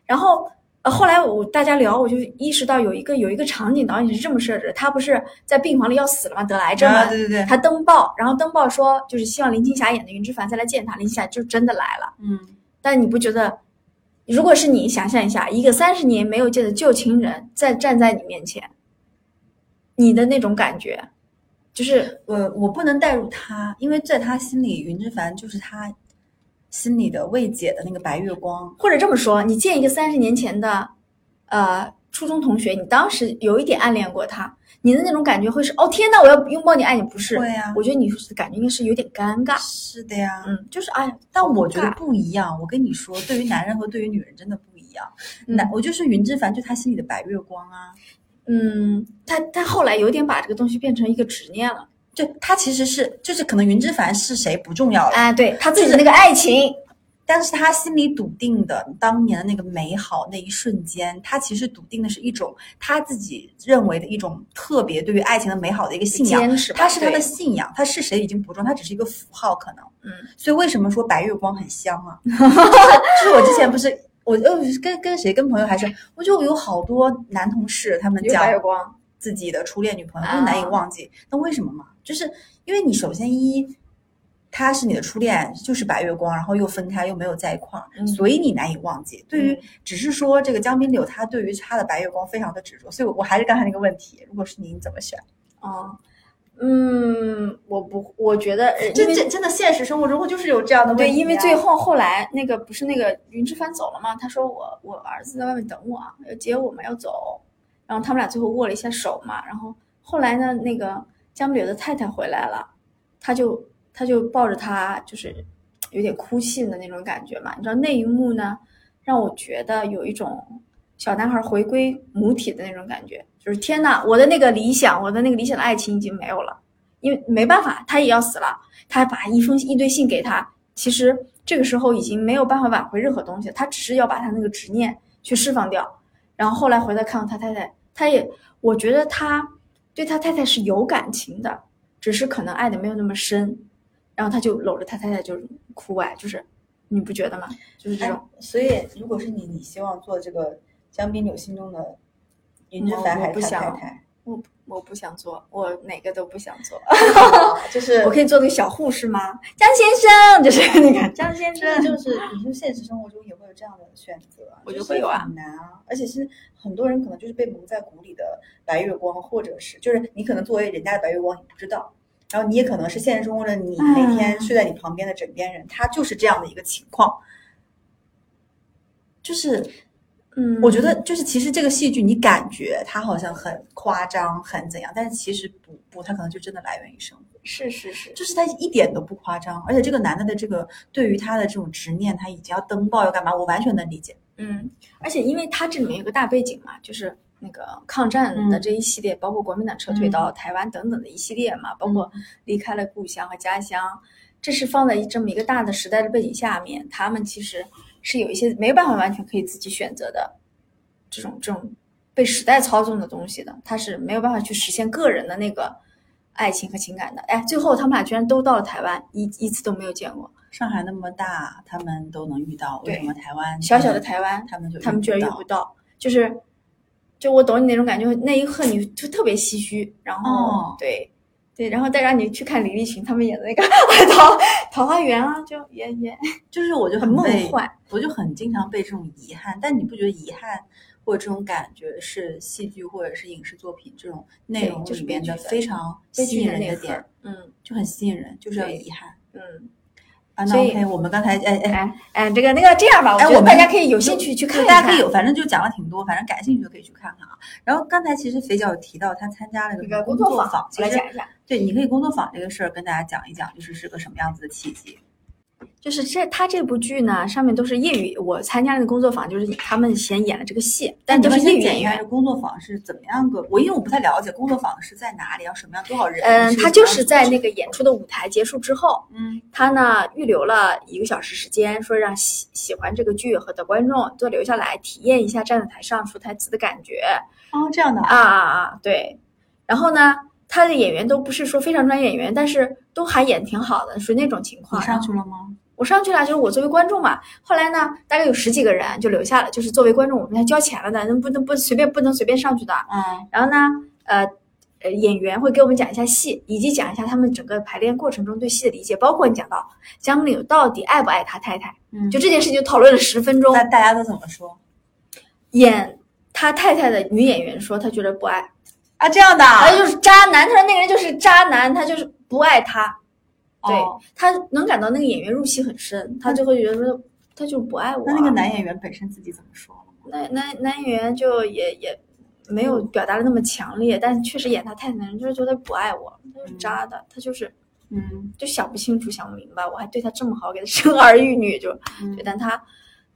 Speaker 1: 然后呃，后来我大家聊，我就意识到有一个有一个场景，导演是这么设置的：他不是在病房里要死了吗？得癌症
Speaker 2: 啊，
Speaker 1: 了。
Speaker 2: 对对对，
Speaker 1: 他登报，然后登报说，就是希望林青霞演的云之凡再来见他。林青霞就真的来了，
Speaker 2: 嗯，
Speaker 1: 但你不觉得，如果是你，想象一下，一个三十年没有见的旧情人再站在你面前，你的那种感觉，就是
Speaker 2: 呃，我不能代入他，因为在他心里，云之凡就是他心里的未解的那个白月光。
Speaker 1: 或者这么说，你见一个三十年前的，呃，初中同学，你当时有一点暗恋过他，你的那种感觉会是，哦天呐，我要拥抱你，爱你，不是？
Speaker 2: 会啊
Speaker 1: 我觉得你是感觉应该是有点尴尬，
Speaker 2: 是的呀，
Speaker 1: 嗯，就是哎呀，
Speaker 2: 但我觉得
Speaker 1: 好尴尬
Speaker 2: 不一样。我跟你说，对于男人和对于女人真的不一样。
Speaker 1: 嗯
Speaker 2: 男，我就是云之凡，就他心里的白月光啊。
Speaker 1: 嗯，他他后来有点把这个东西变成一个执念了，
Speaker 2: 对他其实是就是可能云之凡是谁不重要了，
Speaker 1: 啊，对他自己的那个爱情，
Speaker 2: 但是他心里笃定的当年的那个美好那一瞬间，他其实笃定的是一种他自己认为的一种特别对于爱情的美好的一个信仰，
Speaker 1: 坚持吧，
Speaker 2: 他是他的
Speaker 1: 对
Speaker 2: 信仰，他是谁已经不重要，他只是一个符号可能。
Speaker 1: 嗯，
Speaker 2: 所以为什么说白月光很香 啊？就是我之前不是。我呃跟跟谁跟朋友还是，我就有好多男同事，他们
Speaker 1: 有
Speaker 2: 讲
Speaker 1: 白月光，
Speaker 2: 自己的初恋女朋友，
Speaker 1: 啊
Speaker 2: 都难以忘记。那为什么嘛？就是因为你首先一，她是你的初恋，就是白月光，然后又分开，又没有在一块儿，
Speaker 1: 嗯
Speaker 2: 所以你难以忘记。对于
Speaker 1: 嗯
Speaker 2: 只是说这个江滨柳，她对于她的白月光非常的执着，所以我我还是刚才那个问题，如果是你，你怎么选？
Speaker 1: 哦，嗯，我不，我觉得呃因
Speaker 2: 这
Speaker 1: 为
Speaker 2: 这真的现实生活中就是有这样的问题、啊
Speaker 1: 对，因为最后后来那个不是那个云之帆走了吗？他说我我儿子在外面等我，啊，要接我们要走。然后他们俩最后握了一下手嘛。然后后来呢，那个江北的太太回来了，他就他就抱着他，就是有点哭泣的那种感觉嘛。你知道那一幕呢，让我觉得有一种小男孩回归母体的那种感觉，就是天呐，我的那个理想，我的那个理想的爱情已经没有了，因为没办法，他也要死了。他还把一封一堆信给他，其实这个时候已经没有办法挽回任何东西，他只是要把他那个执念去释放掉。然后后来回来看到他太太，他也，我觉得他对他太太是有感情的，只是可能爱的没有那么深。然后他就搂着他太太就哭哎，就是你不觉得吗？就是这
Speaker 2: 哎
Speaker 1: 种，
Speaker 2: 所以如果是你，你希望做这个江滨柳心中的云之
Speaker 1: 我
Speaker 2: 凡
Speaker 1: 我
Speaker 2: 还
Speaker 1: 不
Speaker 2: 是他
Speaker 1: 想
Speaker 2: 太太？
Speaker 1: 我我不想做，我哪个都不想做。
Speaker 2: 就是
Speaker 1: 我可以做个小护士吗？张先生，就是那个张先
Speaker 2: 真的
Speaker 1: 生，
Speaker 2: 就是，啊你说现实生活中也会有这样的选择，
Speaker 1: 我觉
Speaker 2: 就
Speaker 1: 得
Speaker 2: 是
Speaker 1: 会有啊
Speaker 2: 很难啊，而且是很多人可能就是被蒙在鼓里的白月光，或者是就是你可能作为人家的白月光，你不知道，然后你也可能是现实生活中的你
Speaker 1: 嗯
Speaker 2: 每天睡在你旁边的枕边人，他就是这样的一个情况。就是
Speaker 1: 嗯，
Speaker 2: 我觉得，就是其实这个戏剧，你感觉它好像很夸张，很怎样，但是其实不不，它可能就真的来源于生活。
Speaker 1: 是是是，
Speaker 2: 就是他一点都不夸张，而且这个男的的这个对于他的这种执念，他已经要登报要干嘛，我完全能理解。
Speaker 1: 嗯，而且因为它这里面有个大背景嘛，就是那个抗战的这一系列，包括国民党撤退到台湾等等的一系列嘛，包括离开了故乡和家乡，这是放在这么一个大的时代的背景下面，他们其实是有一些没有办法完全可以自己选择的这种这种被时代操纵的东西的，他是没有办法去实现个人的那个爱情和情感的。哎，最后他们俩居然都到了台湾，一一次都没有见过，
Speaker 2: 上海那么大，他们都能遇到，为
Speaker 1: 对
Speaker 2: 什么台湾
Speaker 1: 小小的台湾，
Speaker 2: 他们就
Speaker 1: 他们居然遇
Speaker 2: 遇
Speaker 1: 不到，就是，就我懂你那种感觉，那一刻你就特别唏嘘，然后、
Speaker 2: 哦
Speaker 1: 对对，然后再让你去看李立群他们演的那个 《桃桃花源》啊，就也也
Speaker 2: 就是我就
Speaker 1: 很
Speaker 2: 很
Speaker 1: 梦
Speaker 2: 被，
Speaker 1: 幻，
Speaker 2: 我就很经常被这种遗憾，但你不觉得遗憾或者这种感觉是戏剧或者是影视作品这种内
Speaker 1: 对
Speaker 2: 容
Speaker 1: 就是
Speaker 2: 里面
Speaker 1: 编剧的
Speaker 2: 的非常
Speaker 1: 悲
Speaker 2: 吸
Speaker 1: 剧
Speaker 2: 引
Speaker 1: 的
Speaker 2: 人
Speaker 1: 内
Speaker 2: 的
Speaker 1: 核
Speaker 2: 点，，
Speaker 1: 嗯
Speaker 2: 就很吸引人，就是要有
Speaker 1: 对
Speaker 2: 遗憾
Speaker 1: 嗯，
Speaker 2: 啊。那
Speaker 1: 所以
Speaker 2: OK，我们刚才哎哎。
Speaker 1: 哎哎，这个那个这样吧，我
Speaker 2: 哎
Speaker 1: 觉得
Speaker 2: 我们
Speaker 1: 大家可以有兴趣去看
Speaker 2: 对，
Speaker 1: 一
Speaker 2: 大
Speaker 1: 看，
Speaker 2: 家可以有，反正就讲了挺多，反正感兴趣的可以去看看啊。然后刚才其实肥脚有提到他参加了
Speaker 1: 那
Speaker 2: 一
Speaker 1: 个
Speaker 2: 个
Speaker 1: 工
Speaker 2: 作
Speaker 1: 作坊，
Speaker 2: 其
Speaker 1: 我来
Speaker 2: 实
Speaker 1: 讲一下。
Speaker 2: 对，你可以工作坊这个事儿跟大家讲一讲，就是是个什么样子的契机。
Speaker 1: 就是这，他这部剧呢，上面都是业余。我参加那个工作坊，就是他们先演了这个戏，但
Speaker 2: 你
Speaker 1: 都
Speaker 2: 们
Speaker 1: 是啊业
Speaker 2: 先
Speaker 1: 余
Speaker 2: 讲
Speaker 1: 演
Speaker 2: 一下
Speaker 1: 员
Speaker 2: 这。工作坊是怎么样个？我因为我不太了解工作坊是在哪里，要什么样多少人？
Speaker 1: 嗯，
Speaker 2: 什么
Speaker 1: 他
Speaker 2: 样
Speaker 1: 就是在
Speaker 2: 组
Speaker 1: 那
Speaker 2: 织
Speaker 1: 个演出的舞台结束之后，
Speaker 2: 嗯
Speaker 1: 他呢预留了一个小时时间，说让喜喜欢这个剧和的观众都留下来体验一下站在台上说台词的感觉
Speaker 2: 哦这样的啊
Speaker 1: 啊啊啊！对，然后呢，他的演员都不是说非常专业演员，但是都还演挺好的，属于那种情
Speaker 2: 你
Speaker 1: 况。
Speaker 2: 上去了吗？
Speaker 1: 我上去了，就是我作为观众嘛。后来呢，大概有十几个人就留下了，就是作为观众，我们还交钱了的，那不能不随便不能随便上去的。啊
Speaker 2: 嗯
Speaker 1: 然后呢，呃。呃，演员会给我们讲一下戏，以及讲一下他们整个排练过程中对戏的理解，包括你讲到江柳到底爱不爱他太太，
Speaker 2: 嗯
Speaker 1: 就这件事情就讨论了十分钟
Speaker 2: 那。大家都怎么说
Speaker 1: 演他太太的女演员说，她觉得不爱，
Speaker 2: 啊？这样的啊，
Speaker 1: 他就是渣男。他说那个人就是渣男，他就是不爱他。对
Speaker 2: 哦
Speaker 1: 他能感到那个演员入戏很深，他就会觉得说他就不爱我
Speaker 2: 那
Speaker 1: 啊。
Speaker 2: 那个男演员本身自己怎么说？
Speaker 1: 男男男演员就也也没有表达的那么强烈，但确实演他太太的人就是觉得不爱我，他就是渣的，他就是
Speaker 2: 嗯
Speaker 1: 就想不清楚想不明白，我还对他这么好，给他生儿育女就
Speaker 2: 嗯
Speaker 1: 对，但他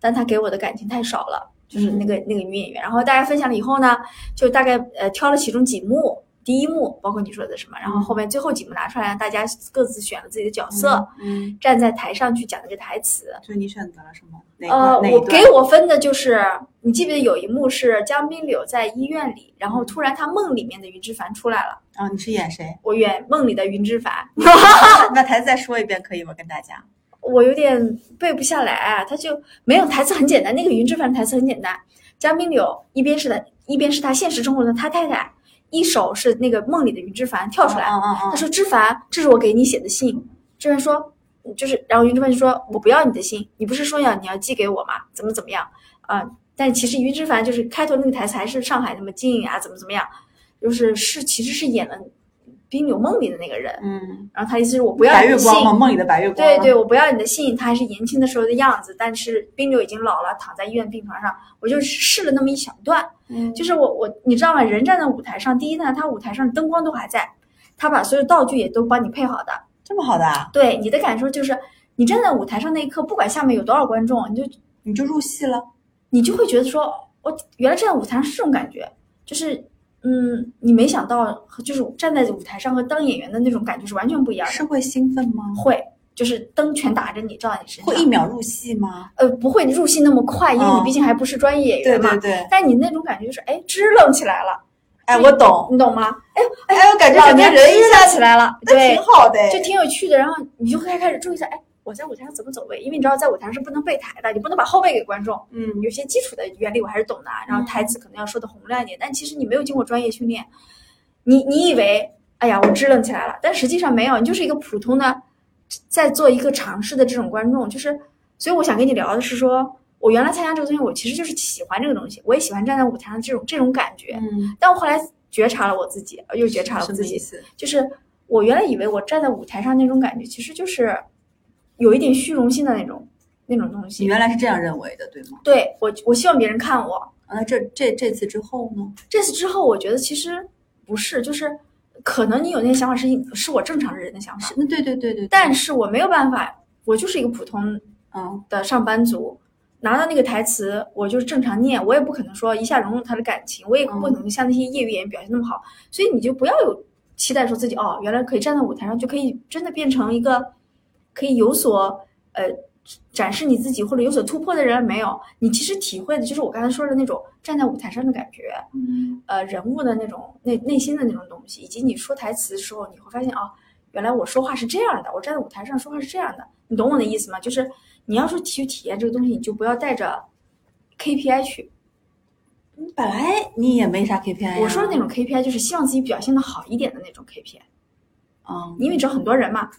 Speaker 1: 但他给我的感情太
Speaker 2: 嗯
Speaker 1: 少了，就是那个那个女演员。然后大家分享了以后呢，就大概呃挑了其中几幕，第一幕，包括你说的什么，然后后面最后几幕拿出来，大家各自选了自己的角色，
Speaker 2: 嗯，
Speaker 1: 站在台上去讲那个台词。
Speaker 2: 所以你选择了什么？哪
Speaker 1: 呃，
Speaker 2: 哪一
Speaker 1: 我
Speaker 2: 段
Speaker 1: 给我分的就是，你记不记得有一幕是江滨柳在医院里，然后突然他梦里面的云之凡出来了，
Speaker 2: 啊，你是演谁？
Speaker 1: 我演梦里的云之凡，啊
Speaker 2: 把台词再说一遍可以吗？跟大家，
Speaker 1: 我有点背不下来，啊他就没有台词很简单，那个云之凡台词很简单，江滨柳一边是他一边是他现实生活中的他太太，一手是那个梦里的云之凡跳出来，
Speaker 2: 嗯嗯
Speaker 1: 他
Speaker 2: 嗯，
Speaker 1: 说：“知凡，这是我给你写的信。”知凡说：“就是。”然后云知凡就说：“我不要你的信，你不是说要你要寄给我吗？怎么怎么样啊、但其实云知凡就是开头那个台词还是上海那么近啊，怎么怎么样，就是是其实是演了冰柳梦里的那个人。
Speaker 2: 嗯，
Speaker 1: 然后他意思是我不要
Speaker 2: 白
Speaker 1: 你
Speaker 2: 月
Speaker 1: 的信，
Speaker 2: 光吗？梦里的白月光，
Speaker 1: 对对，，我不要你的信，他还是年轻的时候的样子，但是冰柳已经老了，躺在医院病床上。我就试了那么一小段，
Speaker 2: 嗯，
Speaker 1: 就是我我你知道吗？人站在舞台上，第一呢，他舞台上灯光都还在，他把所有道具也都帮你配好的。
Speaker 2: 这么好的啊，
Speaker 1: 对你的感受就是，你站在舞台上那一刻，不管下面有多少观众，你就
Speaker 2: 你就入戏了，
Speaker 1: 你就会觉得说，我原来站在舞台上是这种感觉，就是嗯，你没想到，就是站在舞台上和当演员的那种感觉是完全不一样的。
Speaker 2: 是会兴奋吗？
Speaker 1: 会，就是灯全打着你，照在你身上。
Speaker 2: 会一秒入戏吗？
Speaker 1: 呃，不会入戏那么快，因为
Speaker 2: 哦
Speaker 1: 你毕竟还不是专业演
Speaker 2: 对
Speaker 1: 员嘛。
Speaker 2: 对对，
Speaker 1: 但你那种感觉就是，哎，支棱起来了，
Speaker 2: 哎，我懂，
Speaker 1: 你懂吗？
Speaker 2: 哎，我感觉
Speaker 1: 老
Speaker 2: 整个
Speaker 1: 年
Speaker 2: 人一
Speaker 1: 支
Speaker 2: 下
Speaker 1: 棱起来了，
Speaker 2: 那
Speaker 1: 对
Speaker 2: 挺，好的哎，
Speaker 1: 就挺有趣的。然后你就开开始注意一下，哎，我在舞台上怎么走位？因为你知道，在舞台上是不能背台的，你不能把后背给观众。
Speaker 2: 嗯，
Speaker 1: 有些基础的原理我还是懂的啊，然后台词可能要说的洪亮一点，但其实你没有经过专业训练，你你以为，哎呀，我支棱起来了，但实际上没有，你就是一个普通的，在做一个尝试的这种观众，就是，所以我想跟你聊的是说，我原来参加这个东西，我其实就是喜欢这个东西，我也喜欢站在舞台上这种这种感觉，
Speaker 2: 嗯，
Speaker 1: 但我后来觉察了我自己，又觉察了我
Speaker 2: 什
Speaker 1: 自
Speaker 2: 么意
Speaker 1: 己，
Speaker 2: 思？
Speaker 1: 就是我原来以为我站在舞台上那种感觉，其实就是有一点虚荣心的那种那种东
Speaker 2: 你
Speaker 1: 西。
Speaker 2: 原来是这样认为的，对吗？
Speaker 1: 对我，我希望别人看我，
Speaker 2: 啊那这这这次之后呢？
Speaker 1: 这次之后，我觉得其实不是，就是可能你有那些想法是因是嗯我正常人的想法
Speaker 2: 是，，那对对对对，
Speaker 1: 但
Speaker 2: 是
Speaker 1: 是我没有办法，我就是一个普通
Speaker 2: 嗯，
Speaker 1: 的上班族，拿到那个台词，我就是正常念，我也不可能说一下融入他的感情，我也不能像那些业余演员表现那么好，所以你就不要有期待，说自己哦，原来可以站在舞台上就可以真的变成一个可以有所呃展示你自己或者有所突破的人，没有，你其实体会的就是我刚才说的那种站在舞台上的感觉，呃人物的那种内内心的那种东西，以及你说台词的时候，你会发现哦，原来我说话是这样的，我站在舞台上说话是这样的，你懂我的意思吗？就是你要是去体验这个东西，你就不要带着 KPI 去。
Speaker 2: 你本来你也没啥 KPI，呀哎
Speaker 1: 我说的那种 KPI 就是希望自己表现的好一点的那种 KPI，
Speaker 2: 嗯，
Speaker 1: 因为只有很多人嘛，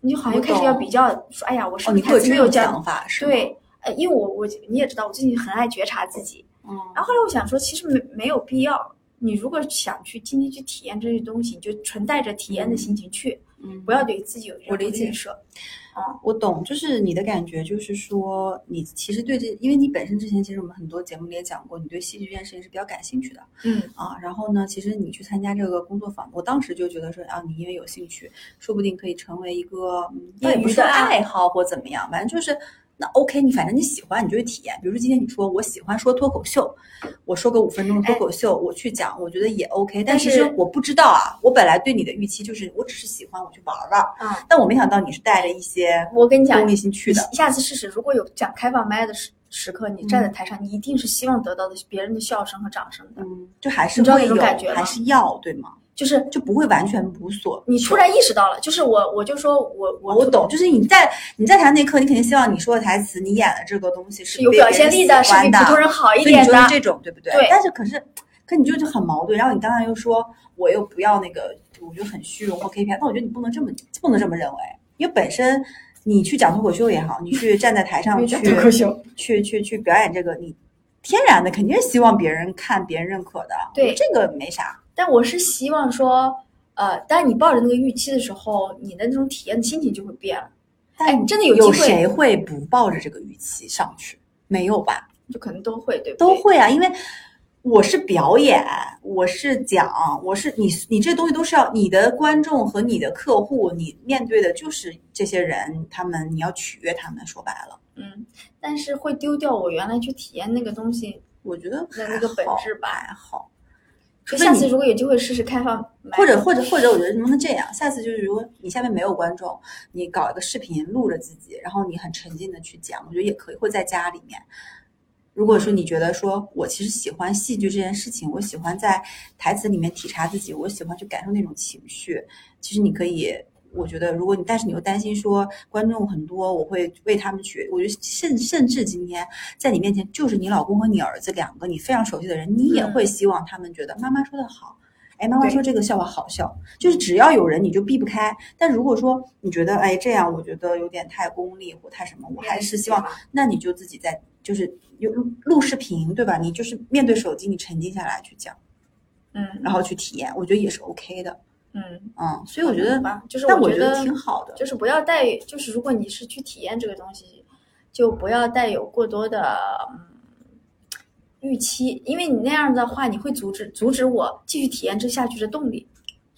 Speaker 1: 你就好像开始要比较，说哎呀，我是
Speaker 2: 哦，
Speaker 1: 不
Speaker 2: 你
Speaker 1: 是台
Speaker 2: 会
Speaker 1: 词
Speaker 2: 这
Speaker 1: 没有
Speaker 2: 种
Speaker 1: 讲
Speaker 2: 想法是吗？
Speaker 1: 对。呃，因为我我你也知道，我最近很爱觉察自己。
Speaker 2: 嗯，
Speaker 1: 然后后来我想说，其实没没有必要。你如果想去今天去体验这些东西，你就纯带着体验的心情去，
Speaker 2: 嗯，
Speaker 1: 不要对自己有任
Speaker 2: 我理
Speaker 1: 何
Speaker 2: 解
Speaker 1: 建设。
Speaker 2: 我懂，就是你的感觉，就是说你其实对这，因为你本身之前其实我们很多节目里也讲过，你对戏剧这件事情是比较感兴趣的
Speaker 1: 嗯，
Speaker 2: 啊。然后呢，其实你去参加这个工作坊，我当时就觉得说啊，你因为有兴趣，说不定可以成为一个嗯
Speaker 1: 业
Speaker 2: 业
Speaker 1: 余
Speaker 2: 余
Speaker 1: 的啊
Speaker 2: 的爱好或怎么样，反正就是。那 OK，你反正你喜欢，你就去体验。比如说今天你说我喜欢说脱口秀，我说个五分钟的脱口秀，我去讲，我觉得也 OK。但
Speaker 1: 哎但
Speaker 2: 其
Speaker 1: 是
Speaker 2: 实我不知道啊，我本来对你的预期就是我只是喜欢，我去玩玩。
Speaker 1: 嗯，
Speaker 2: 但我没想到你是带着一些
Speaker 1: 我跟你讲
Speaker 2: 功，利心去
Speaker 1: 你
Speaker 2: 的。
Speaker 1: 下次试试，如果有讲开放麦的时时刻，你站在台上，你一定是希望得到的是别人的笑声和掌声的。
Speaker 2: 嗯，就还是
Speaker 1: 你知道那
Speaker 2: 会有，
Speaker 1: 种感觉吗
Speaker 2: 还是要对吗？
Speaker 1: 就是
Speaker 2: 就不会完全无所。
Speaker 1: 你突然意识到了，就是我，我就说我我
Speaker 2: 我懂，就是你在你在台上那一刻，你肯定希望你说的台词，你演的这个东西
Speaker 1: 是
Speaker 2: 是
Speaker 1: 有
Speaker 2: 被
Speaker 1: 表
Speaker 2: 别
Speaker 1: 现
Speaker 2: 人
Speaker 1: 力
Speaker 2: 喜
Speaker 1: 的，是
Speaker 2: 欢
Speaker 1: 比
Speaker 2: 的
Speaker 1: 普通人好一
Speaker 2: 所以
Speaker 1: 点
Speaker 2: 你
Speaker 1: 的
Speaker 2: 说是。这种，对不对？
Speaker 1: 对
Speaker 2: 但是可是，可你就是很矛盾。然后你刚才又说，我又不要那个，我就很虚荣或 KPI。那我觉得你不能这么不能这么认为，因为本身你去讲脱口秀也好，你去站在台上去
Speaker 1: 秀，
Speaker 2: 去去去表演这个，你天然的肯定是希望别人看、别人认可的。
Speaker 1: 对
Speaker 2: 我觉得这个没啥。
Speaker 1: 但我是希望说，呃，当你抱着那个预期的时候，你的那种体验的心情就会变了。哎
Speaker 2: 但
Speaker 1: 真的有
Speaker 2: 有
Speaker 1: 机会
Speaker 2: 谁会不抱着这个预期上去？没有吧？
Speaker 1: 就可能都会，对不对？
Speaker 2: 都会啊，因为我是表演，我是讲，我是你，你这东西都是要你的观众和你的客户，你面对的就是这些人，他们你要取悦他们。说白了，
Speaker 1: 嗯，但是会丢掉我原来去体验那个东西
Speaker 2: 我觉得
Speaker 1: 的
Speaker 2: 还
Speaker 1: 那个本
Speaker 2: 好
Speaker 1: 质吧。
Speaker 2: 还好。除非
Speaker 1: 下次
Speaker 2: 你
Speaker 1: 如果有机会试试开放买，
Speaker 2: 或者或者或者，我觉得能不能这样？下次就是，如果你下面没有观众，你搞一个视频录着自己，然后你很沉浸的去讲，我觉得也可以，或者在家里面。如果说你觉得说我其实喜欢戏剧这件事情，我喜欢在台词里面体察自己，我喜欢去感受那种情绪，其实你可以。我觉得，如果你，但是你又担心说观众很多，我会为他们去。我觉得甚甚至今天在你面前就是你老公和你儿子两个你非常熟悉的人，你也
Speaker 1: 嗯
Speaker 2: 会希望他们觉得妈妈说的好，哎，妈妈
Speaker 1: 对
Speaker 2: 说这个笑话好笑，就是只要有人你就避不开。但如果说你觉得哎这样，我觉得有点太功利或太什么，我还
Speaker 1: 嗯
Speaker 2: 是希望，那你就自己在就是有录录视频对吧？你就是面对手机，你沉浸下来去讲，
Speaker 1: 嗯
Speaker 2: 然后去体验，我觉得也是 OK 的。
Speaker 1: 嗯，
Speaker 2: 嗯，所以我觉得
Speaker 1: 好，吧，就是
Speaker 2: 但我
Speaker 1: 觉
Speaker 2: 得
Speaker 1: 得
Speaker 2: 挺好的。
Speaker 1: 就是不要带，就是如果你是去体验这个东西，就不要带有过多的嗯预期，因为你那样的话，你会阻止阻止我继续体验这下去的动力。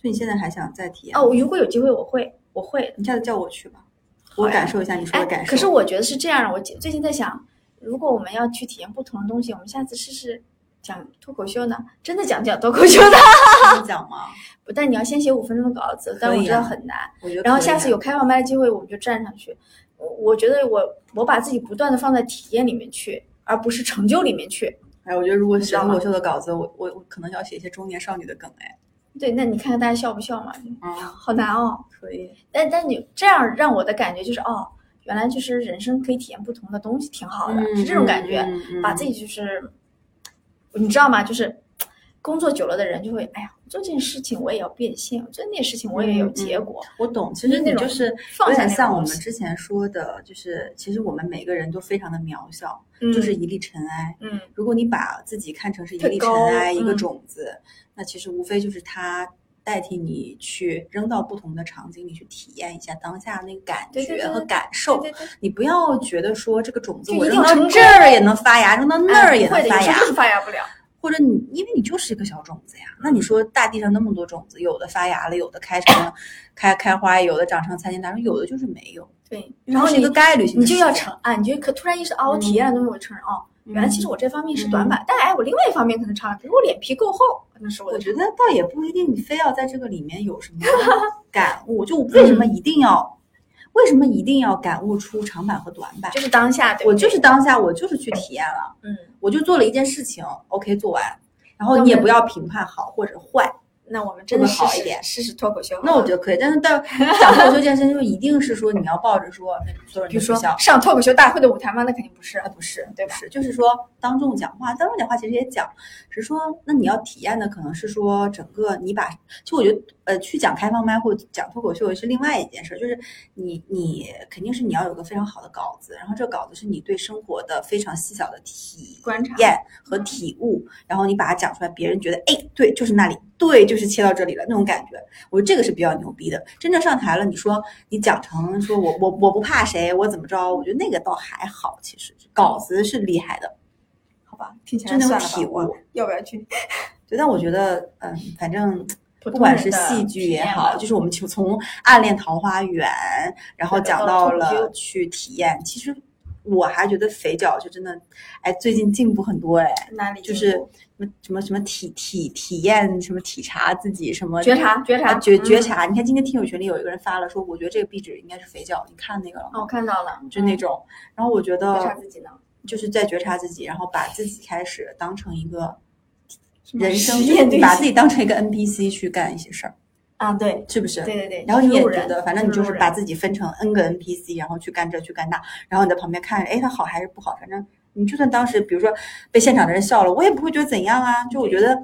Speaker 2: 所以你现在还想再体验？
Speaker 1: 哦，，我如果有机会，我会，我会的。
Speaker 2: 你下次叫我去吧，我感受一下你说
Speaker 1: 哎
Speaker 2: 的感，受。
Speaker 1: 可是我觉得是这样，我最近在想，如果我们要去体验不同的东西，我们下次试试讲脱口秀呢？真的讲 讲脱口秀呢？啊
Speaker 2: 跟你讲嘛，
Speaker 1: 不但你要先写五分钟的稿子，但
Speaker 2: 可
Speaker 1: 我
Speaker 2: 以
Speaker 1: 知道
Speaker 2: 啊
Speaker 1: 很难。
Speaker 2: 我觉得可以啊。
Speaker 1: 然后下次有开放麦的机会，我们就站上去。我我觉得我我把自己不断的放在体验里面去，而不是成就里面去。
Speaker 2: 哎，我觉得如果
Speaker 1: 你知
Speaker 2: 写
Speaker 1: 道
Speaker 2: 脱口
Speaker 1: 吗
Speaker 2: 秀的稿子，我我我可能要写一些中年少女的梗哎。
Speaker 1: 对，那你看看大家笑不笑嘛？
Speaker 2: 啊，
Speaker 1: 好难哦。
Speaker 2: 可以。
Speaker 1: 但但你这样让我的感觉就是，哦，原来就是人生可以体验不同的东西，挺好的，是这种感觉。
Speaker 2: 嗯嗯
Speaker 1: 把自己就是，你知道吗？就是工作久了的人就会，哎呀，我做这件事情我也要变现，我做那件事情我也有
Speaker 2: 嗯嗯
Speaker 1: 结果。
Speaker 2: 我懂，其实
Speaker 1: 那
Speaker 2: 你
Speaker 1: 种
Speaker 2: 就是
Speaker 1: 放
Speaker 2: 有
Speaker 1: 下
Speaker 2: 点
Speaker 1: 那
Speaker 2: 像
Speaker 1: 个
Speaker 2: 我
Speaker 1: 东
Speaker 2: 们
Speaker 1: 西
Speaker 2: 之前说的，就是其实我们每个人都非常的渺小，
Speaker 1: 嗯，
Speaker 2: 就是一粒尘埃。
Speaker 1: 嗯，
Speaker 2: 如果你把自己看成是一
Speaker 1: 太
Speaker 2: 粒尘
Speaker 1: 高
Speaker 2: 埃、一个
Speaker 1: 嗯
Speaker 2: 种子，那其实无非就是它代替你去扔到不同的场景里去体验一下当下那个感
Speaker 1: 对对
Speaker 2: 觉
Speaker 1: 对
Speaker 2: 和
Speaker 1: 对
Speaker 2: 感
Speaker 1: 对
Speaker 2: 受。
Speaker 1: 对对，
Speaker 2: 你不要觉得说这个种子
Speaker 1: 就
Speaker 2: 我
Speaker 1: 一
Speaker 2: 扔
Speaker 1: 定
Speaker 2: 到
Speaker 1: 成功
Speaker 2: 这儿也能发芽，扔到那儿
Speaker 1: 哎
Speaker 2: 也
Speaker 1: 不会
Speaker 2: 能
Speaker 1: 的
Speaker 2: 发
Speaker 1: 有时
Speaker 2: 芽
Speaker 1: 候，就是发芽不了。
Speaker 2: 或者你，因为你就是一个小种子呀。那你说大地上那么多种子，有的发芽了，有的开成开开花，有的长成参天大树，有的就是没有。
Speaker 1: 对，然
Speaker 2: 因为它
Speaker 1: 后
Speaker 2: 是一
Speaker 1: 你
Speaker 2: 个概率性
Speaker 1: 你
Speaker 2: 的事
Speaker 1: 就
Speaker 2: 情，
Speaker 1: 要承啊，你就可突然意识到，哦，我体验的东西我承认哦，原来其实
Speaker 2: 嗯
Speaker 1: 我这方面是短板，但哎，我另外一方面可能长，比如我脸皮够厚，那是我
Speaker 2: 我
Speaker 1: 的。
Speaker 2: 觉得倒也不一定，你非要在这个里面有什么 感悟。就为什么
Speaker 1: 嗯
Speaker 2: 一定要，为什么一定要感悟出长板和短板？
Speaker 1: 就是当下，对
Speaker 2: 我
Speaker 1: 不对，
Speaker 2: 就是当下，我就是去体验了，
Speaker 1: 嗯，
Speaker 2: 我就做了一件事情，OK，做完。然后
Speaker 1: 那
Speaker 2: 你也
Speaker 1: 我们
Speaker 2: 不要评判好或者坏，
Speaker 1: 那我们真的
Speaker 2: 会不
Speaker 1: 试
Speaker 2: 会好
Speaker 1: 试
Speaker 2: 一点
Speaker 1: 试试脱口秀好了。
Speaker 2: 那我觉得可以。但是到讲脱口秀这件事情，就一定是说你要抱着说，那所有人
Speaker 1: 比如
Speaker 2: 都
Speaker 1: 说
Speaker 2: 不笑，
Speaker 1: 上脱口秀大会的舞台吗？那肯定不是
Speaker 2: 啊，，不是，
Speaker 1: 对
Speaker 2: 不
Speaker 1: 吧？
Speaker 2: 是，就是说当众讲话，当众讲话其实也讲，只是说那你要体验的可能是说整个你把，就我觉得呃去讲开放麦或者讲脱口秀是另外一件事儿，就是你你肯定是你要有个非常好的稿子，然后这个稿子是你对生活的非常细小的体
Speaker 1: 观察
Speaker 2: 验和体悟，然后你把它讲出来，别人觉得哎对，就是那里，对，就是切到这里了那种感觉，我觉得这个是比较牛逼的。真正上台了，你说你讲成说我我我不怕谁，我怎么着？我觉得那个倒还好，其实稿子是厉害的，
Speaker 1: 好吧，听起
Speaker 2: 就
Speaker 1: 来
Speaker 2: 那
Speaker 1: 算
Speaker 2: 种
Speaker 1: 了吧
Speaker 2: 体，悟
Speaker 1: 我。要不要去？
Speaker 2: 对，但我觉得，嗯，反正
Speaker 1: 不
Speaker 2: 不管是戏剧也好，就是我们就从《暗恋桃花源》，然后
Speaker 1: 对
Speaker 2: 讲
Speaker 1: 到
Speaker 2: 到
Speaker 1: 脱口秀
Speaker 2: 了去体验，其实我还觉得肥脚就真的，哎，最近进步很多哎。
Speaker 1: 哪里
Speaker 2: 就
Speaker 1: 进
Speaker 2: 是
Speaker 1: 步
Speaker 2: 什么什么什么体体体验什么体察自己什么
Speaker 1: 觉察觉察
Speaker 2: 啊觉觉
Speaker 1: 嗯
Speaker 2: 察。你看今天听友群里有一个人发了说，我觉得这个壁纸应该是肥皂，你看那个了
Speaker 1: 哦，
Speaker 2: 吗？
Speaker 1: 我看到了，
Speaker 2: 就那
Speaker 1: 嗯
Speaker 2: 种，然后我觉
Speaker 1: 觉察
Speaker 2: 得
Speaker 1: 自己呢，
Speaker 2: 就是在觉察自己，然后把自己开始当成一个
Speaker 1: 什么
Speaker 2: 人生，
Speaker 1: 嗯实
Speaker 2: 就
Speaker 1: 验
Speaker 2: 是
Speaker 1: 对
Speaker 2: 把
Speaker 1: 象
Speaker 2: 自己当成一个 NPC 去干一些事儿，
Speaker 1: 啊，对
Speaker 2: 是不是？
Speaker 1: 对对对，
Speaker 2: 然后你也
Speaker 1: 路
Speaker 2: 觉
Speaker 1: 人
Speaker 2: 得，反正你就是
Speaker 1: 路人
Speaker 2: 把自己分成 N 个 NPC，然后去干这去干那，然后你在旁边看，哎，他好还是不好？反正你就算当时，比如说被现场的人笑了，我也不会觉得怎样啊。就我觉得，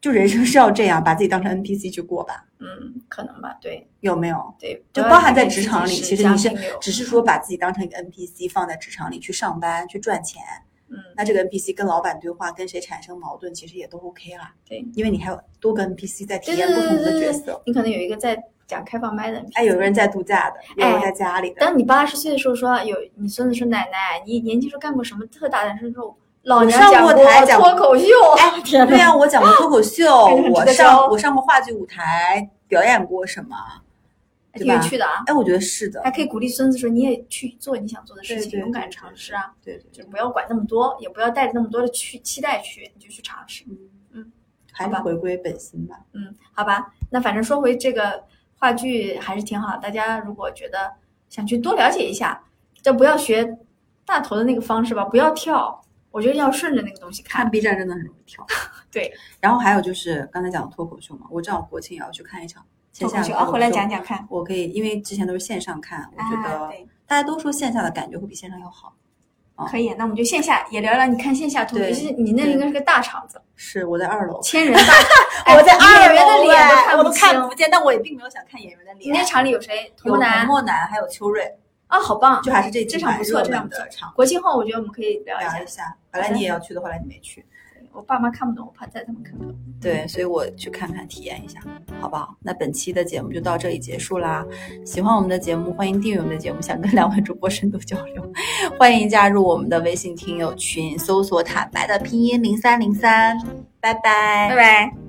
Speaker 2: 就人生是要这样，把自己当成 NPC 去过吧，
Speaker 1: 嗯，可能吧，对
Speaker 2: 有没有？
Speaker 1: 对，
Speaker 2: 就
Speaker 1: 不要
Speaker 2: 包含
Speaker 1: 以为
Speaker 2: 在
Speaker 1: 自
Speaker 2: 职
Speaker 1: 己
Speaker 2: 场里，其实
Speaker 1: 家
Speaker 2: 你是
Speaker 1: 庭流
Speaker 2: 只是说把自己当成一个 NPC 放在职场里去上班去赚钱，
Speaker 1: 嗯，
Speaker 2: 那这个 NPC 跟老板对话，跟谁产生矛盾，其实也都 OK 啦，
Speaker 1: 对，
Speaker 2: 因为你还有多个 NPC 在体
Speaker 1: 对
Speaker 2: 验
Speaker 1: 对
Speaker 2: 不同
Speaker 1: 对
Speaker 2: 的
Speaker 1: 对
Speaker 2: 角
Speaker 1: 对
Speaker 2: 色。
Speaker 1: 你可能有一个在讲开放麦的，
Speaker 2: 哎，有个人在度假的，有
Speaker 1: 哎
Speaker 2: 人在家里的。
Speaker 1: 当你八十岁的时候说有你孙子说奶奶，你年轻时候干过什么特大的事？说老
Speaker 2: 我
Speaker 1: 娘
Speaker 2: 上
Speaker 1: 讲
Speaker 2: 过
Speaker 1: 过
Speaker 2: 台讲
Speaker 1: 脱口秀，
Speaker 2: 哎
Speaker 1: 天
Speaker 2: 对
Speaker 1: 呐，
Speaker 2: 呀、我讲过脱口秀，
Speaker 1: 这个很值
Speaker 2: 我
Speaker 1: 得
Speaker 2: 上
Speaker 1: 骄
Speaker 2: 我上过话剧舞台，表演过什么？
Speaker 1: 还
Speaker 2: 对
Speaker 1: 挺有
Speaker 2: 吧
Speaker 1: 趣的啊。
Speaker 2: 哎，我觉得是的
Speaker 1: 还，可以鼓励孙子说你也去做你想做的事
Speaker 2: 对
Speaker 1: 情，
Speaker 2: 对
Speaker 1: 勇
Speaker 2: 对
Speaker 1: 敢
Speaker 2: 对
Speaker 1: 尝试啊，
Speaker 2: 对对
Speaker 1: 就不要管那么多，也不要带着那么多的去期待去，你就去尝试。
Speaker 2: 嗯
Speaker 1: 嗯，
Speaker 3: 还是回归本心吧。
Speaker 1: 嗯，好吧，那反正说回这个话剧还是挺好，大家如果觉得想去多了解一下，就不要学大头的那个方式吧，不要跳，我觉得要顺着那个东西看。
Speaker 2: 看。B 站真的很容易跳
Speaker 1: 对，
Speaker 2: 然后还有就是刚才讲的脱口秀嘛，我正好国庆也要去看一场线下的脱口秀。
Speaker 1: 啊，回来讲讲看。
Speaker 2: 我可以，因为之前都是线上看，我觉
Speaker 1: 啊，
Speaker 2: 得
Speaker 1: 对，
Speaker 2: 大家都说线下的感觉会比线上 要好。
Speaker 1: 可以，那我们就线下也聊聊。你看线下脱口秀，
Speaker 2: 对
Speaker 1: 其实你那应该是个大场子，
Speaker 2: 是我在二楼，。
Speaker 1: 千 人大哎演员
Speaker 2: 哎
Speaker 1: 的脸
Speaker 2: 我
Speaker 1: 都
Speaker 2: 都
Speaker 1: 看
Speaker 2: 看
Speaker 1: 不
Speaker 2: 不
Speaker 1: 清。
Speaker 2: 见，但我也并没有想看演员的
Speaker 1: 你
Speaker 2: 脸。
Speaker 1: 那场里有谁？
Speaker 2: 有
Speaker 1: 童楠
Speaker 2: 莫楠，还有秋瑞，
Speaker 1: 啊，好棒！
Speaker 2: 就还是这
Speaker 1: 这
Speaker 2: 几
Speaker 1: 场
Speaker 2: 场
Speaker 1: 不错，这
Speaker 2: 热
Speaker 1: 场
Speaker 2: 门
Speaker 1: 不错
Speaker 2: 的场。
Speaker 1: 国庆后我觉得我们可以聊一
Speaker 2: 聊
Speaker 1: 下
Speaker 2: 一。下，本来你也要去的，后来你没去。
Speaker 1: 我爸妈看不懂，我怕带他们看不懂。
Speaker 2: 对，所以我去看看，体验一下，好不好？那本期的节目就到这里结束啦。喜欢我们的节目，欢迎订阅我们的节目，想跟两位主播深度交流，欢迎加入我们的微信听友群，搜索“坦白”的拼音零三零三，拜拜
Speaker 1: 拜拜。